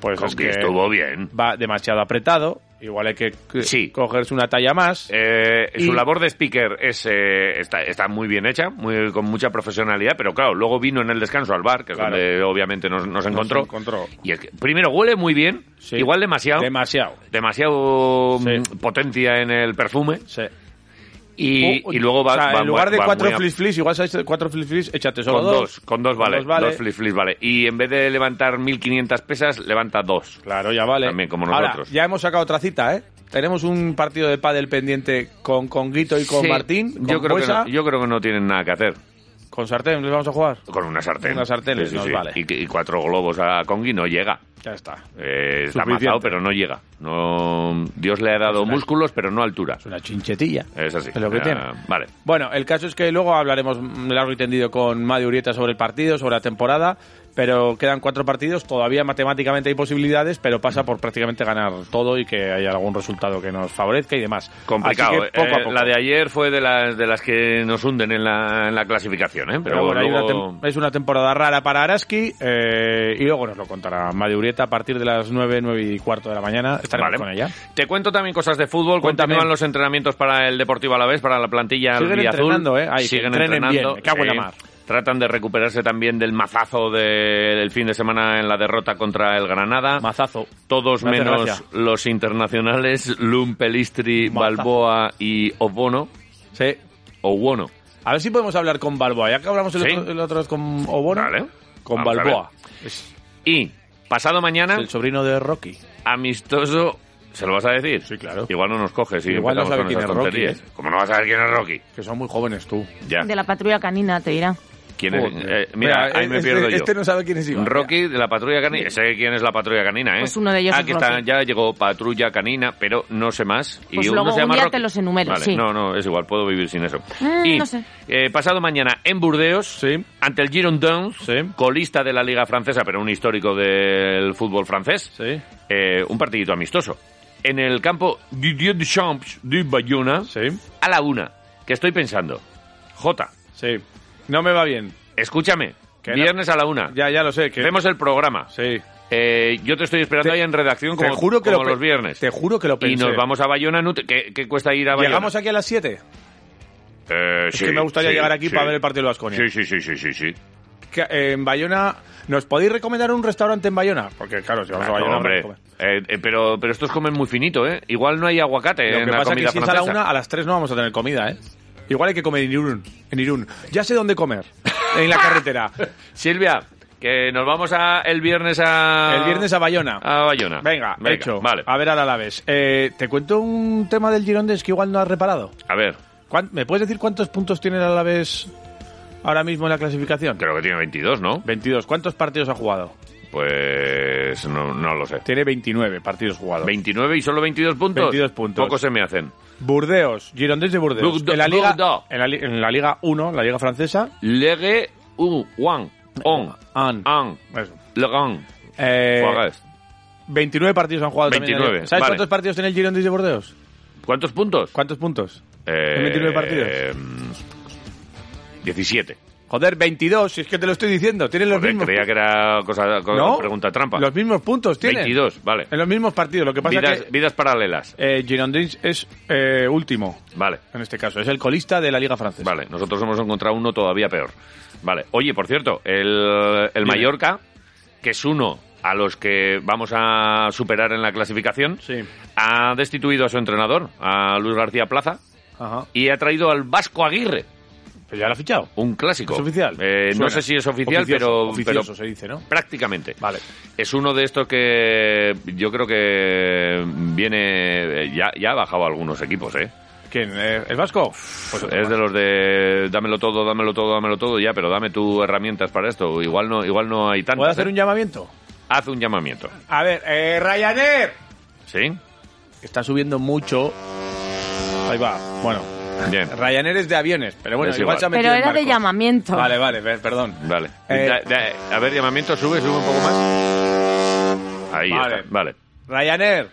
Speaker 2: pues
Speaker 1: Con
Speaker 2: es
Speaker 1: que
Speaker 2: que
Speaker 1: estuvo bien.
Speaker 2: va demasiado apretado. Igual hay que c-
Speaker 1: Sí.
Speaker 2: cogerse una talla más.
Speaker 1: Eh,
Speaker 2: Y-
Speaker 1: Su labor de speaker es, eh, está, está muy bien hecha, muy, con mucha profesionalidad, pero claro, luego vino en el descanso al bar, que es
Speaker 2: Claro.
Speaker 1: donde obviamente nos, nos encontró.
Speaker 2: encontró.
Speaker 1: Y es que, primero huele muy bien,
Speaker 2: Sí.
Speaker 1: igual demasiado,
Speaker 2: Demasiado.
Speaker 1: demasiado
Speaker 2: Sí.
Speaker 1: mm, potencia en el perfume.
Speaker 2: Sí.
Speaker 1: Y,
Speaker 2: Uh,
Speaker 1: y luego va,
Speaker 2: o sea,
Speaker 1: va-
Speaker 2: en lugar
Speaker 1: va-
Speaker 2: de
Speaker 1: va
Speaker 2: cuatro
Speaker 1: muy a-
Speaker 2: flis flis, igual sabes cuatro flis flis, échate solo
Speaker 1: con dos, con dos vale,
Speaker 2: Con dos vale.
Speaker 1: dos flip flips vale. Y en vez de levantar 1500 pesas, levanta dos.
Speaker 2: Claro, ya vale.
Speaker 1: También como
Speaker 2: Ahora,
Speaker 1: nosotros.
Speaker 2: ya hemos sacado otra cita, ¿eh? Tenemos un partido de pádel pendiente con Conguito y con
Speaker 1: Sí,
Speaker 2: Martín, con
Speaker 1: yo creo, que
Speaker 2: Buesa,
Speaker 1: no, yo creo que no tienen nada que hacer.
Speaker 2: con Sartén, ¿les vamos a jugar?
Speaker 1: Con una sartén.
Speaker 2: Una sartén, nos vale.
Speaker 1: Y, que- y cuatro globos a Congi no llega.
Speaker 2: Ya está.
Speaker 1: Eh, está
Speaker 2: Suficiente.
Speaker 1: matado, pero no llega. No, Dios le ha dado músculos, pero no altura.
Speaker 2: Es una chinchetilla.
Speaker 1: Es así.
Speaker 2: Es lo que
Speaker 1: Eh,
Speaker 2: tiene.
Speaker 1: Vale.
Speaker 2: Bueno, el caso es que luego hablaremos mm, largo y tendido con Madi Urieta sobre el partido, sobre la temporada, pero quedan cuatro partidos, todavía matemáticamente hay posibilidades, pero pasa por prácticamente ganar todo y que haya algún resultado que nos favorezca y demás.
Speaker 1: Complicado.
Speaker 2: Así que poco
Speaker 1: eh.
Speaker 2: a poco.
Speaker 1: La de ayer fue de las, de las que nos hunden en la, en la clasificación, ¿eh?
Speaker 2: Pero bueno, hay una
Speaker 1: luego-
Speaker 2: tem- es una temporada rara para Araski eh, y luego nos lo contará Madi Urieta a partir de las nueve, nueve y cuarto de la mañana. Estaremos
Speaker 1: Vale.
Speaker 2: con ella.
Speaker 1: Te cuento también cosas de fútbol.
Speaker 2: Cuéntame.
Speaker 1: Continúan los entrenamientos para el Deportivo a la vez, para la plantilla
Speaker 2: Siguen
Speaker 1: albiazul.
Speaker 2: entrenando, ¿eh? Ay, que
Speaker 1: Siguen
Speaker 2: entrenen
Speaker 1: entrenando.
Speaker 2: bien, me cago en la
Speaker 1: sí.
Speaker 2: mar.
Speaker 1: Tratan de recuperarse también del mazazo de- del fin de semana en la derrota contra el Granada.
Speaker 2: Mazazo.
Speaker 1: Todos
Speaker 2: Me hace
Speaker 1: menos
Speaker 2: gracia.
Speaker 1: los internacionales Lum, Pelistri,
Speaker 2: Mazazo.
Speaker 1: Balboa y Obono.
Speaker 2: Sí.
Speaker 1: Obono.
Speaker 2: A ver si podemos hablar con Balboa. Ya que hablamos el,
Speaker 1: Sí.
Speaker 2: otro, el otro vez con Obono,
Speaker 1: Vale.
Speaker 2: con
Speaker 1: Vamos a
Speaker 2: Balboa.
Speaker 1: Y pasado mañana,
Speaker 2: El sobrino de Rocky.
Speaker 1: amistoso. ¿Se lo vas a decir?
Speaker 2: Sí, claro.
Speaker 1: Igual no nos coges y
Speaker 2: Igual no
Speaker 1: empezamos
Speaker 2: sabe
Speaker 1: con
Speaker 2: quién
Speaker 1: esas
Speaker 2: es Rocky, ¿eh?
Speaker 1: tonterías. ¿Cómo no vas a saber quién es Rocky?
Speaker 2: Que son muy jóvenes tú.
Speaker 1: Ya.
Speaker 4: De la patrulla canina, te dirá.
Speaker 1: ¿Quién es?
Speaker 2: Joder.
Speaker 1: Eh, mira, ahí me
Speaker 2: este-
Speaker 1: pierdo yo.
Speaker 2: Este no sabe quién es Iván.
Speaker 1: Rocky de la patrulla canina. Sé quién es la patrulla canina, ¿eh?
Speaker 4: Pues uno de ellos
Speaker 1: Aquí
Speaker 4: es
Speaker 1: está,
Speaker 4: Rocky.
Speaker 1: ya llegó patrulla canina, pero no sé más.
Speaker 4: Pues
Speaker 1: uno
Speaker 4: luego
Speaker 1: se
Speaker 4: un
Speaker 1: llama
Speaker 4: día
Speaker 1: Rocky.
Speaker 4: te los enumero,
Speaker 1: Vale,
Speaker 4: sí.
Speaker 1: No, no, es igual, puedo vivir sin eso.
Speaker 4: Mm,
Speaker 1: y
Speaker 4: no sé.
Speaker 1: eh, pasado mañana en Burdeos,
Speaker 2: Sí.
Speaker 1: ante el Girondins,
Speaker 2: Sí.
Speaker 1: colista de la Liga Francesa, pero un histórico del fútbol francés,
Speaker 2: Sí.
Speaker 1: eh, un partidito amistoso. En el campo Didier Deschamps de Bayona,
Speaker 2: Sí.
Speaker 1: a la una, que estoy pensando, J,
Speaker 2: Sí. No me va bien.
Speaker 1: escúchame,
Speaker 2: Que no.
Speaker 1: viernes a la una,
Speaker 2: Ya, ya lo sé. Que...
Speaker 1: vemos el programa.
Speaker 2: Sí.
Speaker 1: Eh, yo te estoy esperando
Speaker 2: Te-
Speaker 1: ahí en redacción
Speaker 2: te
Speaker 1: como,
Speaker 2: juro que
Speaker 1: como
Speaker 2: lo pe-
Speaker 1: los viernes.
Speaker 2: Te juro que lo
Speaker 1: y
Speaker 2: pensé.
Speaker 1: nos vamos a Bayona. ¿no? ¿Qué, qué cuesta ir a Bayona?
Speaker 2: ¿Llegamos aquí a las 7?
Speaker 1: Eh,
Speaker 2: Es
Speaker 1: sí,
Speaker 2: que me gustaría
Speaker 1: sí,
Speaker 2: llegar aquí
Speaker 1: sí.
Speaker 2: para ver el partido de Vasconia.
Speaker 1: Sí, sí, sí, sí, sí, sí.
Speaker 2: eh, En Bayona, ¿nos podéis recomendar un restaurante en Bayona? Porque claro, si Pues vamos
Speaker 1: Claro,
Speaker 2: a Bayona,
Speaker 1: hombre.
Speaker 2: vamos a comer.
Speaker 1: Eh, eh, pero, pero estos comen muy finito, ¿eh? Igual no hay aguacate
Speaker 2: Lo
Speaker 1: en
Speaker 2: que
Speaker 1: la
Speaker 2: pasa es
Speaker 1: comida
Speaker 2: que si es a
Speaker 1: francesa.
Speaker 2: la una, a las tres no vamos a tener comida, ¿eh? Igual hay que comer en Irún. En Irún. Ya sé dónde comer. En la carretera.
Speaker 1: Silvia, que nos vamos a, el viernes a...
Speaker 2: El viernes a Bayona.
Speaker 1: a Bayona.
Speaker 2: Ah. Venga, hecho.
Speaker 1: Vale.
Speaker 2: A ver al Alavés. Eh, te cuento un tema del Girondes que igual no has reparado.
Speaker 1: A ver,
Speaker 2: ¿Cuán- ¿Me puedes decir cuántos puntos tiene el Alavés ahora mismo en la clasificación?
Speaker 1: creo que tiene 22, ¿no?
Speaker 2: 22. ¿Cuántos partidos ha jugado?
Speaker 1: Pues no, no lo sé.
Speaker 2: Tiene 29 partidos jugados.
Speaker 1: 29 y solo 22 puntos.
Speaker 2: 22 puntos.
Speaker 1: Pocos se me hacen.
Speaker 2: Burdeos, Girondins de Burdeos.
Speaker 1: Burdo-
Speaker 2: en, la Liga,
Speaker 1: Burdo.
Speaker 2: en, la, li- en la Liga 1, la Liga francesa.
Speaker 1: Legue un Juan on
Speaker 2: An.
Speaker 1: an
Speaker 2: Eso.
Speaker 1: legan
Speaker 2: Eh,
Speaker 1: Juagas.
Speaker 2: 29 partidos han jugado también en la Liga.
Speaker 1: 29,
Speaker 2: ¿Sabes
Speaker 1: vale.
Speaker 2: cuántos partidos tiene el Girondins de Burdeos?
Speaker 1: ¿Cuántos puntos?
Speaker 2: ¿Cuántos puntos?
Speaker 1: Eh, mm,
Speaker 2: 29 partidos.
Speaker 1: eh, 17.
Speaker 2: Joder, 22, si es que te lo estoy diciendo. Tienen los
Speaker 1: Joder,
Speaker 2: mismos.
Speaker 1: creía que era cosa, co-
Speaker 2: ¿No?
Speaker 1: pregunta trampa.
Speaker 2: Los mismos puntos tienen.
Speaker 1: 22, vale.
Speaker 2: En los mismos partidos. Lo que pasa
Speaker 1: Vidas,
Speaker 2: es que
Speaker 1: vidas paralelas.
Speaker 2: eh, Girondins es eh, último,
Speaker 1: Vale,
Speaker 2: en este caso. Es el colista de la Liga Francesa.
Speaker 1: vale. Nosotros hemos encontrado uno todavía peor. Vale. Oye, por cierto, el, el Mallorca, que es uno a los que vamos a superar en la clasificación,
Speaker 2: Sí.
Speaker 1: ha destituido a su entrenador, a Luis García Plaza,
Speaker 2: Ajá.
Speaker 1: y ha traído al Vasco Aguirre.
Speaker 2: ¿Pero ya lo ha fichado?
Speaker 1: Un clásico.
Speaker 2: ¿Es oficial?
Speaker 1: Eh, no
Speaker 2: Suena.
Speaker 1: sé si es oficial,
Speaker 2: Oficioso,
Speaker 1: pero,
Speaker 2: Oficioso
Speaker 1: pero
Speaker 2: se dice, ¿no?
Speaker 1: prácticamente.
Speaker 2: Vale.
Speaker 1: Es uno de estos que yo creo que viene. Ya, ya ha bajado a algunos equipos, ¿eh?
Speaker 2: ¿Quién? eh, ¿El Vasco? Pues otro
Speaker 1: es de
Speaker 2: más.
Speaker 1: los de dámelo todo, dámelo todo, dámelo todo, ya, pero dame tus herramientas para esto. Igual no, igual no hay tantas.
Speaker 2: ¿Puedo hacer
Speaker 1: ¿eh?
Speaker 2: un llamamiento?
Speaker 1: Haz un llamamiento.
Speaker 2: A ver, eh, Ryanair.
Speaker 1: ¿Sí?
Speaker 2: Está subiendo mucho. Ahí va. Bueno,
Speaker 1: Bien.
Speaker 2: Ryanair es de aviones, pero bueno,
Speaker 1: Es
Speaker 2: igual
Speaker 1: igual.
Speaker 2: se ha metido
Speaker 4: Pero
Speaker 2: en
Speaker 4: era de
Speaker 2: barcos.
Speaker 4: llamamiento.
Speaker 2: Vale, vale, ver, perdón.
Speaker 1: Vale.
Speaker 2: Eh,
Speaker 1: Da- da- a ver, llamamiento, sube, sube un poco más. Ahí
Speaker 2: Vale.
Speaker 1: está. Vale.
Speaker 2: Ryanair,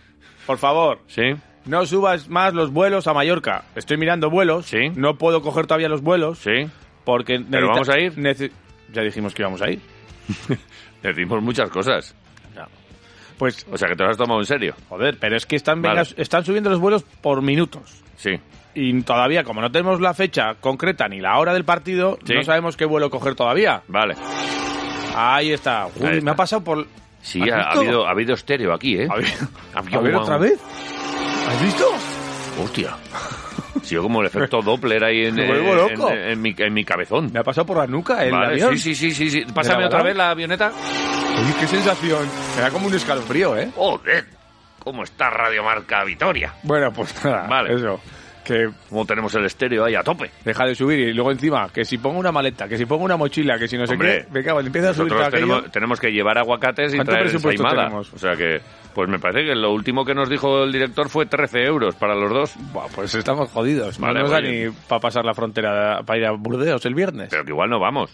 Speaker 2: por favor,
Speaker 1: ¿Sí?
Speaker 2: no subas más los vuelos a Mallorca. Estoy mirando vuelos.
Speaker 1: Sí.
Speaker 2: No puedo coger todavía los vuelos.
Speaker 1: ¿Sí?
Speaker 2: Porque necesita-
Speaker 1: vamos a ir?
Speaker 2: nece- Ya dijimos que íbamos a ir.
Speaker 1: Decimos muchas cosas.
Speaker 2: Pues,
Speaker 1: O sea, que te lo has tomado en serio.
Speaker 2: joder, pero es que están,
Speaker 1: Vale.
Speaker 2: venga- están subiendo los vuelos por minutos.
Speaker 1: Sí.
Speaker 2: Y todavía, como no tenemos la fecha concreta ni la hora del partido,
Speaker 1: Sí.
Speaker 2: no sabemos qué vuelo coger todavía.
Speaker 1: Vale.
Speaker 2: Ahí está. Uy,
Speaker 1: Ahí está.
Speaker 2: me ha pasado por...
Speaker 1: Sí,
Speaker 2: ¿Has
Speaker 1: ha, ha
Speaker 2: visto?
Speaker 1: habido, ha habido estéreo aquí, ¿eh?
Speaker 2: A ver,
Speaker 1: Había
Speaker 2: a ver
Speaker 1: un-
Speaker 2: otra vez. ¿Has visto?
Speaker 1: Hostia. Sí, yo como el efecto Doppler ahí en,
Speaker 2: Me vuelvo
Speaker 1: eh,
Speaker 2: loco.
Speaker 1: en- en mi, en mi cabezón.
Speaker 2: Me ha pasado por la nuca ¿eh? el
Speaker 1: Vale,
Speaker 2: avión.
Speaker 1: sí, sí, sí, sí, sí. Pásame
Speaker 2: la
Speaker 1: otra
Speaker 2: balada?
Speaker 1: vez la avioneta.
Speaker 2: Oye, qué sensación. Me da como un escalofrío, ¿eh?
Speaker 1: Joder, cómo está Radio Marca Vitoria.
Speaker 2: Bueno, pues nada,
Speaker 1: Vale.
Speaker 2: eso. Que
Speaker 1: Cómo tenemos el estéreo ahí a tope.
Speaker 2: deja de subir y luego encima, que si pongo una maleta, que si pongo una mochila, que si no sé
Speaker 1: Hombre,
Speaker 2: qué, me cago, en- empieza a subir todo
Speaker 1: Nosotros
Speaker 2: aquello.
Speaker 1: tenemos, tenemos que llevar aguacates y
Speaker 2: ¿Cuánto
Speaker 1: traer
Speaker 2: presupuesto
Speaker 1: ensaimada.
Speaker 2: tenemos?
Speaker 1: O sea que, pues me parece que lo último que nos dijo el director fue 13 euros para los dos.
Speaker 2: Buah, pues estamos jodidos.
Speaker 1: Vale,
Speaker 2: no nos da
Speaker 1: oye.
Speaker 2: ni para pasar la frontera, para ir a Burdeos el viernes.
Speaker 1: Pero que igual no vamos.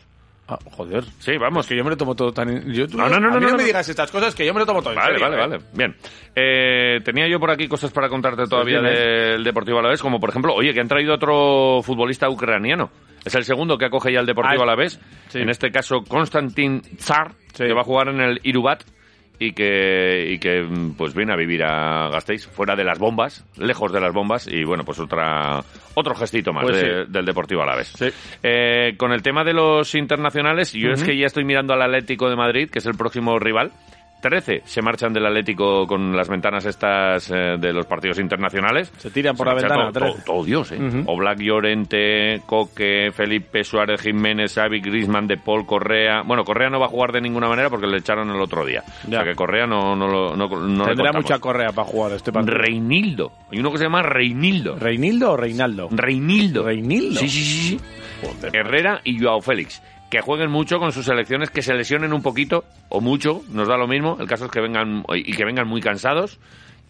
Speaker 2: Ah, joder.
Speaker 1: Sí, vamos.
Speaker 2: Es que yo me lo tomo todo tan... en- Yo,
Speaker 1: No, no, no,
Speaker 2: a
Speaker 1: no,
Speaker 2: mí no,
Speaker 1: no,
Speaker 2: me
Speaker 1: no.
Speaker 2: digas estas cosas que yo me lo tomo todo en
Speaker 1: Vale,
Speaker 2: serio,
Speaker 1: vale,
Speaker 2: ¿eh?
Speaker 1: vale. Bien. Eh, tenía yo por aquí cosas para contarte todavía
Speaker 2: bien, ¿eh?
Speaker 1: del Deportivo Alavés, como por ejemplo, oye, que han traído otro futbolista ucraniano. Es el segundo que acoge ya el Deportivo
Speaker 2: Ah,
Speaker 1: Alavés.
Speaker 2: sí.
Speaker 1: En este caso, Konstantin Tsar,
Speaker 2: Sí.
Speaker 1: que va a jugar en el Irubat y que, y que mm, pues viene a vivir a Gasteiz, fuera de las bombas, lejos de las bombas, y bueno, pues otra otro gestito más
Speaker 2: Pues
Speaker 1: de-
Speaker 2: sí.
Speaker 1: del Deportivo Alavés.
Speaker 2: Sí.
Speaker 1: Eh, con el tema de los internacionales, yo es que ya estoy mirando al Atlético de Madrid, que es el próximo rival. 13 se marchan del Atlético con las ventanas estas eh, de los partidos internacionales.
Speaker 2: Se tiran por
Speaker 1: Se
Speaker 2: la
Speaker 1: marcha
Speaker 2: ventana,
Speaker 1: Todo,
Speaker 2: 13.
Speaker 1: todo- todo Dios, ¿eh? O Black Llorente, Coque, Felipe Suárez, Jiménez, Xavi, Grisman, De Paul, Correa. Bueno, Correa no va a jugar de ninguna manera porque le echaron el otro día.
Speaker 2: Ya.
Speaker 1: O sea que Correa no, no, lo- no, no le
Speaker 2: Tendrá
Speaker 1: contamos.
Speaker 2: mucha correa para jugar este partido.
Speaker 1: Reinildo. Hay uno que se llama Reinildo.
Speaker 2: ¿Reinildo o Reinaldo?
Speaker 1: Reinildo.
Speaker 2: Reinildo.
Speaker 1: Sí, sí, sí. sí. Herrera y Joao Félix. que jueguen mucho con sus selecciones, que se lesionen un poquito o mucho, nos da lo mismo. El caso es que vengan y que vengan muy cansados.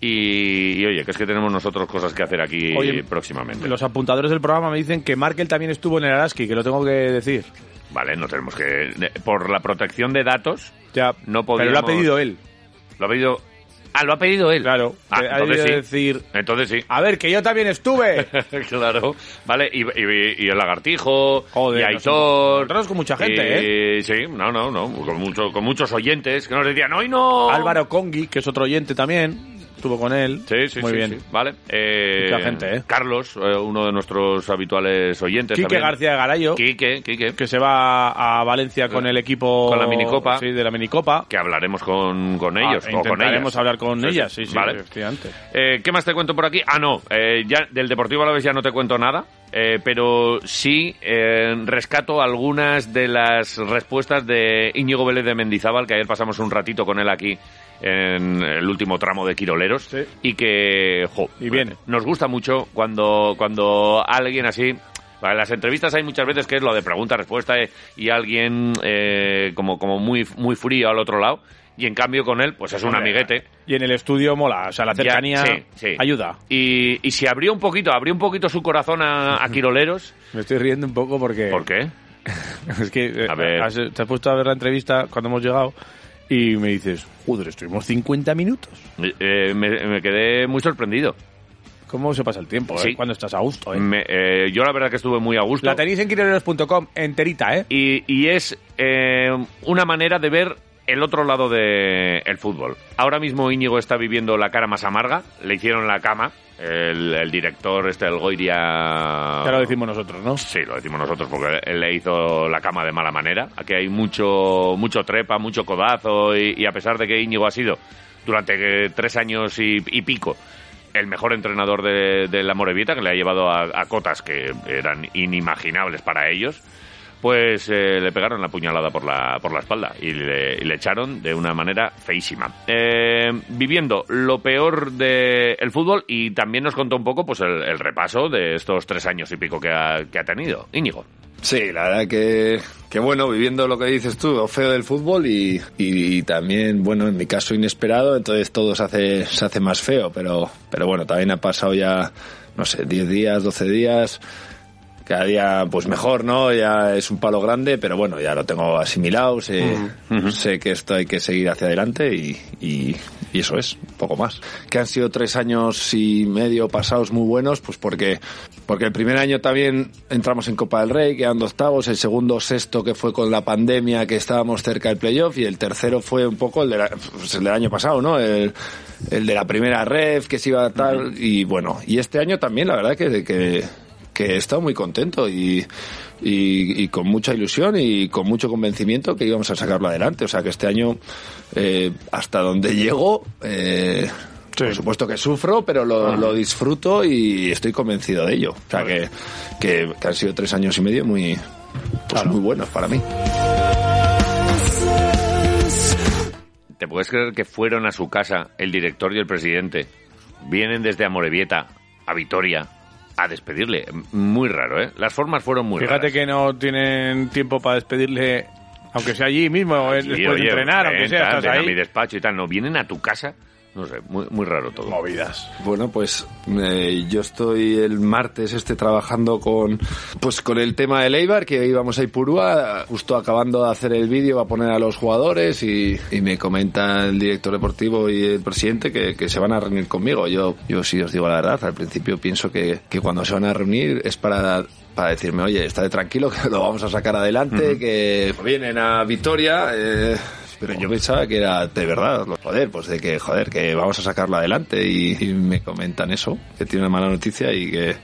Speaker 1: Y, y, oye, que es que tenemos nosotros cosas que hacer aquí
Speaker 2: Oye,
Speaker 1: próximamente.
Speaker 2: Los apuntadores del programa me dicen que Markel también estuvo en el Araski, que lo tengo que decir.
Speaker 1: Vale, no tenemos que. de- Por la protección de datos,
Speaker 2: Ya,
Speaker 1: No
Speaker 2: Pero lo ha
Speaker 1: podíamos-
Speaker 2: pedido él.
Speaker 1: lo ha pedido. Ah, lo ha pedido él.
Speaker 2: Claro.
Speaker 1: Ah,
Speaker 2: que ha
Speaker 1: entonces
Speaker 2: debido
Speaker 1: sí.
Speaker 2: decir,
Speaker 1: Entonces sí.
Speaker 2: a ver, que yo también estuve.
Speaker 1: claro, vale, y, y- y el lagartijo,
Speaker 2: Joder,
Speaker 1: y
Speaker 2: nos
Speaker 1: Aitor.
Speaker 2: encontramos con mucha gente, ¿eh?
Speaker 1: y- Sí, no, no, no, con, mucho, con muchos oyentes que nos decían, hoy no.
Speaker 2: Álvaro Congi, que es otro oyente también, estuvo con él.
Speaker 1: Sí, sí,
Speaker 2: Muy
Speaker 1: sí,
Speaker 2: bien.
Speaker 1: sí, Vale. Eh,
Speaker 2: Mucha gente, ¿eh?
Speaker 1: Carlos, eh, uno de nuestros habituales oyentes.
Speaker 2: Quique
Speaker 1: Este también.
Speaker 2: García de Garayo,
Speaker 1: Quique, Quique.
Speaker 2: que se va a Valencia con el equipo...
Speaker 1: Con la minicopa.
Speaker 2: Sí, de la minicopa.
Speaker 1: Que hablaremos con, con
Speaker 2: Ah,
Speaker 1: ellos. o con
Speaker 2: intentaremos
Speaker 1: ellas.
Speaker 2: hablar con ellas, sí, sí,
Speaker 1: Vale.
Speaker 2: efectivamente.
Speaker 1: Eh, ¿Qué más te cuento por aquí? Ah, no, eh, ya del Deportivo Alavés ya no te cuento nada, eh, pero sí eh, rescato algunas de las respuestas de Íñigo Vélez de Mendizábal, que ayer pasamos un ratito con él aquí en el último tramo de Quiroleros,
Speaker 2: Sí.
Speaker 1: y que, jo,
Speaker 2: Y bien.
Speaker 1: nos gusta mucho cuando, cuando alguien así... vale, En las entrevistas hay muchas veces que es lo de pregunta-respuesta eh, y alguien eh, como, como muy, muy frío al otro lado. Y en cambio con él, pues es un
Speaker 2: Hombre,
Speaker 1: amiguete.
Speaker 2: Y en el estudio mola, o sea, la
Speaker 1: Ya,
Speaker 2: cercanía
Speaker 1: sí, sí.
Speaker 2: ayuda.
Speaker 1: Y, y si abrió un poquito, abrió un poquito su corazón a, a Quiroleros.
Speaker 2: Me estoy riendo un poco porque...
Speaker 1: ¿Por qué?
Speaker 2: Es que eh,
Speaker 1: A ver.
Speaker 2: has- te has puesto a ver la entrevista cuando hemos llegado y me dices, joder, estuvimos 50 minutos.
Speaker 1: Eh, me, me quedé muy sorprendido.
Speaker 2: ¿Cómo se pasa el tiempo? eh?
Speaker 1: Sí.
Speaker 2: Cuando estás a gusto, eh?
Speaker 1: Me- eh, yo la verdad que estuve muy a gusto.
Speaker 2: La tenéis en quiroleros.com enterita, ¿eh?
Speaker 1: Y, y es eh, una manera de ver el otro lado del fútbol. Ahora mismo Íñigo está viviendo la cara más amarga. Le hicieron la cama. El, el director, este, el Goiria...
Speaker 2: Ya lo decimos nosotros, ¿no?
Speaker 1: Sí, lo decimos nosotros porque él le hizo la cama de mala manera. Aquí hay mucho, mucho trepa, mucho codazo y, y a pesar de que Íñigo ha sido durante eh, tres años y, y pico el mejor entrenador de, de la Morevieta, que le ha llevado a, a cotas que eran inimaginables para ellos, pues eh, le pegaron la puñalada por la, por la espalda y le, y le echaron de una manera feísima. Eh, viviendo lo peor del fútbol y también nos contó un poco pues el, el repaso de estos tres años y pico que ha, que ha tenido. Íñigo.
Speaker 5: Sí, la verdad que, que bueno, viviendo lo que dices tú, lo feo del fútbol y, y también, bueno, en mi caso inesperado, entonces todo se hace, se hace más feo, pero, pero bueno, también ha pasado ya, no sé, 10 días, 12 días, cada día pues mejor, ¿no? Ya es un palo grande, pero bueno, ya lo tengo asimilado, sé, sé que esto hay que seguir hacia adelante y, y- y eso es, poco más. Que han sido tres años y medio pasados muy buenos, pues porque, porque el primer año también entramos en Copa del Rey, quedando octavos, el segundo sexto que fue con la pandemia que estábamos cerca del playoff y el tercero fue un poco el, de la- pues, el del año pasado, ¿no? El, el de la primera ref que se iba a tal y bueno, y este año también la verdad que- que que he estado muy contento y, y- y con mucha ilusión y con mucho convencimiento que íbamos a sacarlo adelante. O sea que este año, eh, hasta donde llego, eh, por supuesto que sufro, pero lo, lo disfruto y estoy convencido de ello. O sea que, que- que han sido tres años y medio muy, pues muy buenos para mí.
Speaker 1: ¿Te puedes creer que fueron a su casa el director y el presidente? Vienen desde Amorebieta a Vitoria a despedirle. M- Muy raro, ¿eh? Las formas fueron muy
Speaker 2: Fíjate
Speaker 1: raras.
Speaker 2: que no tienen tiempo para despedirle, aunque sea allí mismo, eh,
Speaker 1: Sí,
Speaker 2: después
Speaker 1: oye,
Speaker 2: de entrenar,
Speaker 1: ven,
Speaker 2: aunque sea,
Speaker 1: tal,
Speaker 2: estás
Speaker 1: ven a
Speaker 2: ahí.
Speaker 1: mi despacho y tal. No, vienen a tu casa. No sé, muy, muy raro todo.
Speaker 2: Movidas.
Speaker 5: Bueno, pues eh, yo estoy el martes este trabajando con pues con el tema del Eibar, que íbamos a Ipurúa, justo acabando de hacer el vídeo, va a poner a los jugadores y, y me comenta el director deportivo y el presidente que, que se van a reunir conmigo. Yo, yo sí os digo la verdad, al principio pienso que, que cuando se van a reunir es para para decirme, oye, estate tranquilo, que lo vamos a sacar adelante, que vienen a Vitoria, eh, pero yo pensaba que era de verdad, lo- joder, pues de que, joder, que vamos a sacarlo adelante y, y me comentan eso, que tiene una mala noticia y que,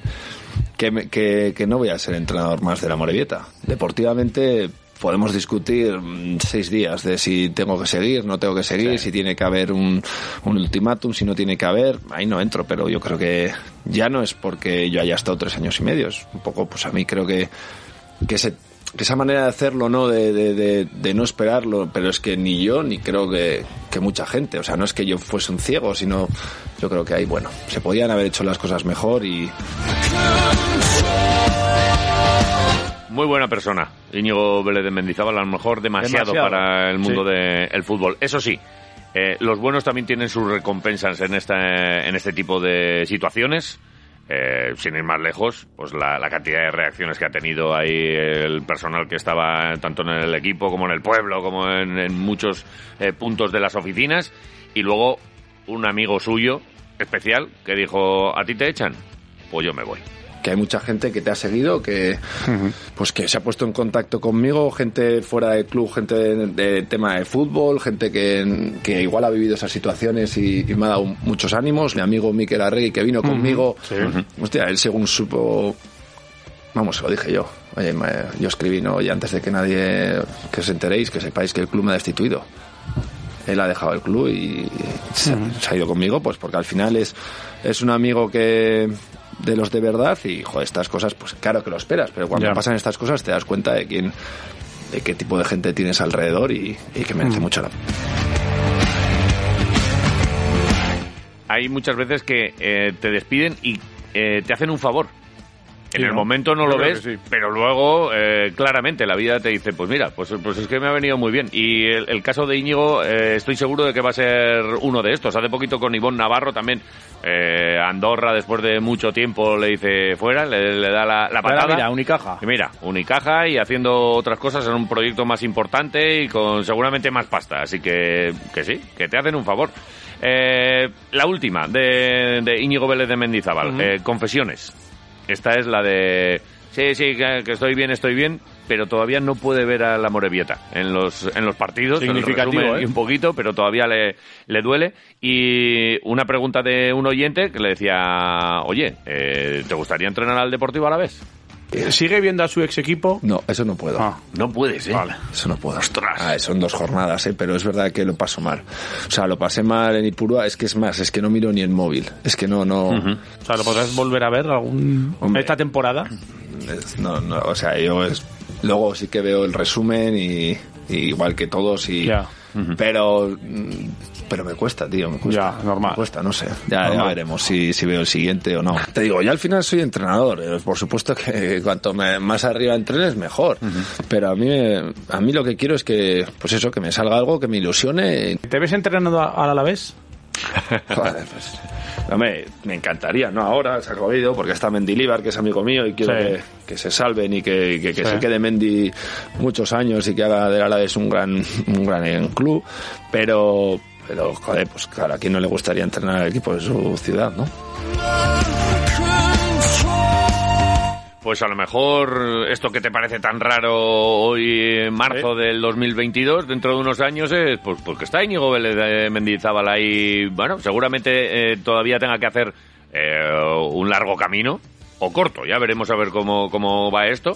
Speaker 5: que, me- que- que no voy a ser entrenador más de la Morevieta. Deportivamente podemos discutir mm, seis días de si tengo que seguir, no tengo que seguir, si tiene que haber un, un ultimátum, si no tiene que haber, ahí no entro, pero yo creo que ya no es porque yo haya estado tres años y medio, es un poco, pues a mí creo que, que se- que esa manera de hacerlo, ¿no? De, de- de- de no esperarlo, pero es que ni yo, ni creo que, que mucha gente, o sea, no es que yo fuese un ciego, sino yo creo que ahí, bueno, se podían haber hecho las cosas mejor y,
Speaker 1: Muy buena persona. Íñigo Vélez de Mendizábal, a lo mejor demasiado,
Speaker 2: Demasiado,
Speaker 1: para el mundo
Speaker 2: sí.
Speaker 1: del fútbol. Eso sí, eh, los buenos también tienen sus recompensas en, esta, en este tipo de situaciones. Eh, sin ir más lejos, pues la, la cantidad de reacciones que ha tenido ahí el personal que estaba tanto en el equipo como en el pueblo, como en, en muchos eh, puntos de las oficinas. Y luego un amigo suyo especial que dijo, a ti te echan, pues yo me voy.
Speaker 5: que hay mucha gente que te ha seguido, que pues que se ha puesto en contacto conmigo, gente fuera del club, gente de, de tema de fútbol, gente que, que igual ha vivido esas situaciones y, y me ha dado muchos ánimos. Mi amigo Miquel Arregui que vino conmigo, hostia, él según supo, vamos, se lo dije yo. Oye, me- yo escribí, ¿no? Y antes de que nadie, que os enteréis, que sepáis que el club me ha destituido él ha dejado el club y se, se ha ido conmigo, pues porque al final es, es un amigo que de los de verdad y joder, estas cosas, pues claro que lo esperas, pero cuando
Speaker 2: Ya.
Speaker 5: pasan estas cosas te das cuenta de quién de qué tipo de gente tienes alrededor y, y que merece mucho la
Speaker 1: hay muchas veces que eh, te despiden y eh, te hacen un favor. En
Speaker 2: Sí,
Speaker 1: el
Speaker 2: ¿no?
Speaker 1: momento no
Speaker 2: Yo
Speaker 1: lo
Speaker 2: creo
Speaker 1: ves,
Speaker 2: que sí.
Speaker 1: pero luego eh, claramente la vida te dice, pues mira, pues, pues es que me ha venido muy bien. Y el, el caso de Íñigo eh, estoy seguro de que va a ser uno de estos. Hace poquito con Ivonne Navarro también, eh, Andorra después de mucho tiempo le dice fuera, le, le da la, la patada.
Speaker 2: Ahora mira, Unicaja.
Speaker 1: Y Mira, Unicaja y haciendo otras cosas en un proyecto más importante y con seguramente más pasta. Así que, que sí, que te hacen un favor. Eh, la última, de, de Íñigo Vélez de Mendizábal. Eh, confesiones. Esta es la de... Sí, sí, que, que estoy bien, estoy bien, pero todavía no puede ver a la Morevieta en los, en los partidos. en el
Speaker 2: Significativo,
Speaker 1: resumen
Speaker 2: ¿eh?
Speaker 1: y un poquito, pero todavía le, le duele. Y una pregunta de un oyente que le decía, oye, eh, ¿te gustaría entrenar al Deportivo a la vez?
Speaker 2: ¿Sigue viendo a su ex equipo?
Speaker 5: No, eso no puedo.
Speaker 2: Ah.
Speaker 1: No puedes, ¿eh?
Speaker 5: Eso no puedo.
Speaker 1: Ostras.
Speaker 5: Ah, son dos jornadas, ¿eh? pero es verdad que lo paso mal. O sea, lo pasé mal en Ipurua, es que es más, es que no miro ni el móvil. Es que no, no.
Speaker 2: O sea, ¿lo podrás volver a ver algún...
Speaker 5: Hombre.
Speaker 2: esta temporada?
Speaker 5: Es- No, no, o sea, yo es- luego sí que veo el resumen y, y igual que todos y
Speaker 2: Ya.
Speaker 5: pero mm, pero me cuesta, tío, me cuesta.
Speaker 2: Ya, normal.
Speaker 5: Me cuesta, no sé. Ya, ya
Speaker 2: Normal.
Speaker 5: veremos si, si veo el siguiente o no. Te digo, yo al final soy entrenador, eh, por supuesto que cuanto me- más arriba entrenes mejor, pero a mí me- a mí lo que quiero es que pues eso, que me salga algo que me ilusione.
Speaker 2: ¿Te ves entrenando a- al Alavés?
Speaker 5: Joder, pues, hombre, me encantaría, no ahora, se ha jodido, porque está Mendilibar, que es amigo mío, y quiero
Speaker 2: Sí.
Speaker 5: que, que se salven y que, que- que
Speaker 2: Sí.
Speaker 5: se quede Mendy muchos años y que haga del Alavés un gran, un gran eh, club, pero, pero, joder, pues claro, a quién no le gustaría entrenar al equipo de su ciudad, ¿no?
Speaker 1: Pues a lo mejor esto que te parece tan raro hoy en marzo del 2022, dentro de unos años, es pues, pues que está Íñigo Vélez de Mendizábal ahí. Bueno, seguramente eh, todavía tenga que hacer eh, un largo camino, o corto, ya veremos a ver cómo, cómo va esto.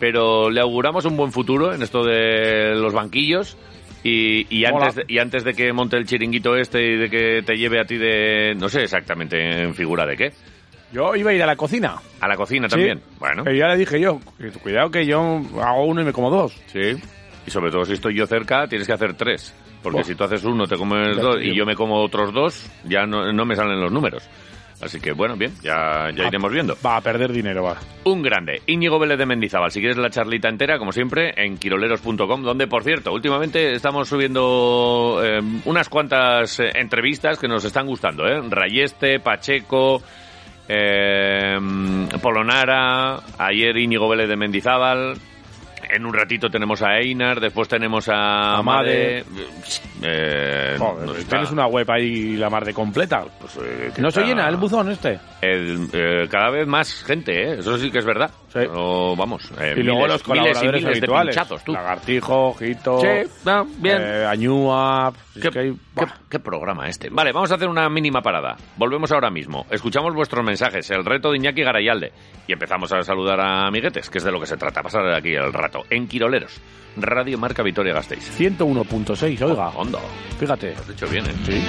Speaker 1: Pero le auguramos un buen futuro en esto de los banquillos. Y, y
Speaker 2: Mola.
Speaker 1: antes de, y antes de que monte el chiringuito este y de que te lleve a ti de... No sé exactamente en figura de qué.
Speaker 2: Yo iba a ir a la cocina.
Speaker 1: A la cocina también.
Speaker 2: Sí.
Speaker 1: Bueno.
Speaker 2: Pero ya le dije yo, que cuidado que yo hago uno y me como dos.
Speaker 1: Sí. Y sobre todo si estoy yo cerca, tienes que hacer tres. Porque
Speaker 2: Buah.
Speaker 1: si tú haces uno, te comes
Speaker 5: Ya,
Speaker 1: dos
Speaker 5: tío.
Speaker 1: y yo me como otros dos, ya no, no me salen los números. Así que bueno, bien, ya, ya
Speaker 2: Ah.
Speaker 1: iremos viendo.
Speaker 2: Va a perder dinero, va.
Speaker 1: Un grande, Íñigo Vélez de Mendizábal. Si quieres la charlita entera, como siempre, en quiroleros.com, donde, por cierto, últimamente estamos subiendo eh, unas cuantas eh, entrevistas que nos están gustando. ¿eh? Rayeste, Pacheco, eh, Polonara, ayer Íñigo Vélez de Mendizábal. En un ratito tenemos a Einar, después tenemos a
Speaker 2: Amade.
Speaker 1: Amade. Eh,
Speaker 2: Joder,
Speaker 1: está-
Speaker 2: tienes una web ahí la mar de completa. Ah.
Speaker 1: pues, eh, que
Speaker 2: No se
Speaker 1: está-
Speaker 2: llena el buzón este.
Speaker 1: el, eh, cada vez más gente, ¿eh? eso sí que es verdad.
Speaker 2: Sí.
Speaker 1: Pero, vamos, eh,
Speaker 2: y luego
Speaker 1: miles-
Speaker 2: los colaboradores
Speaker 1: miles y miles
Speaker 2: habituales.
Speaker 1: de pinchazos, tú.
Speaker 2: Lagartijo, Jito,
Speaker 1: Sí, no, bien.
Speaker 2: eh, Añúa. pues
Speaker 1: ¿Qué,
Speaker 2: es que hay-
Speaker 1: qué-
Speaker 2: buah.
Speaker 1: qué programa este? Vale, vamos a hacer una mínima parada. Volvemos ahora mismo. Escuchamos vuestros mensajes, el reto de Iñaki Garayalde. Y empezamos a saludar a amiguetes, que es de lo que se trata. Pasar aquí el rato. En Quiroleros, Radio Marca Vitoria Gasteiz.
Speaker 2: 101.6, oiga.
Speaker 1: Hondo,
Speaker 2: Fíjate.
Speaker 1: has hecho bien, ¿eh?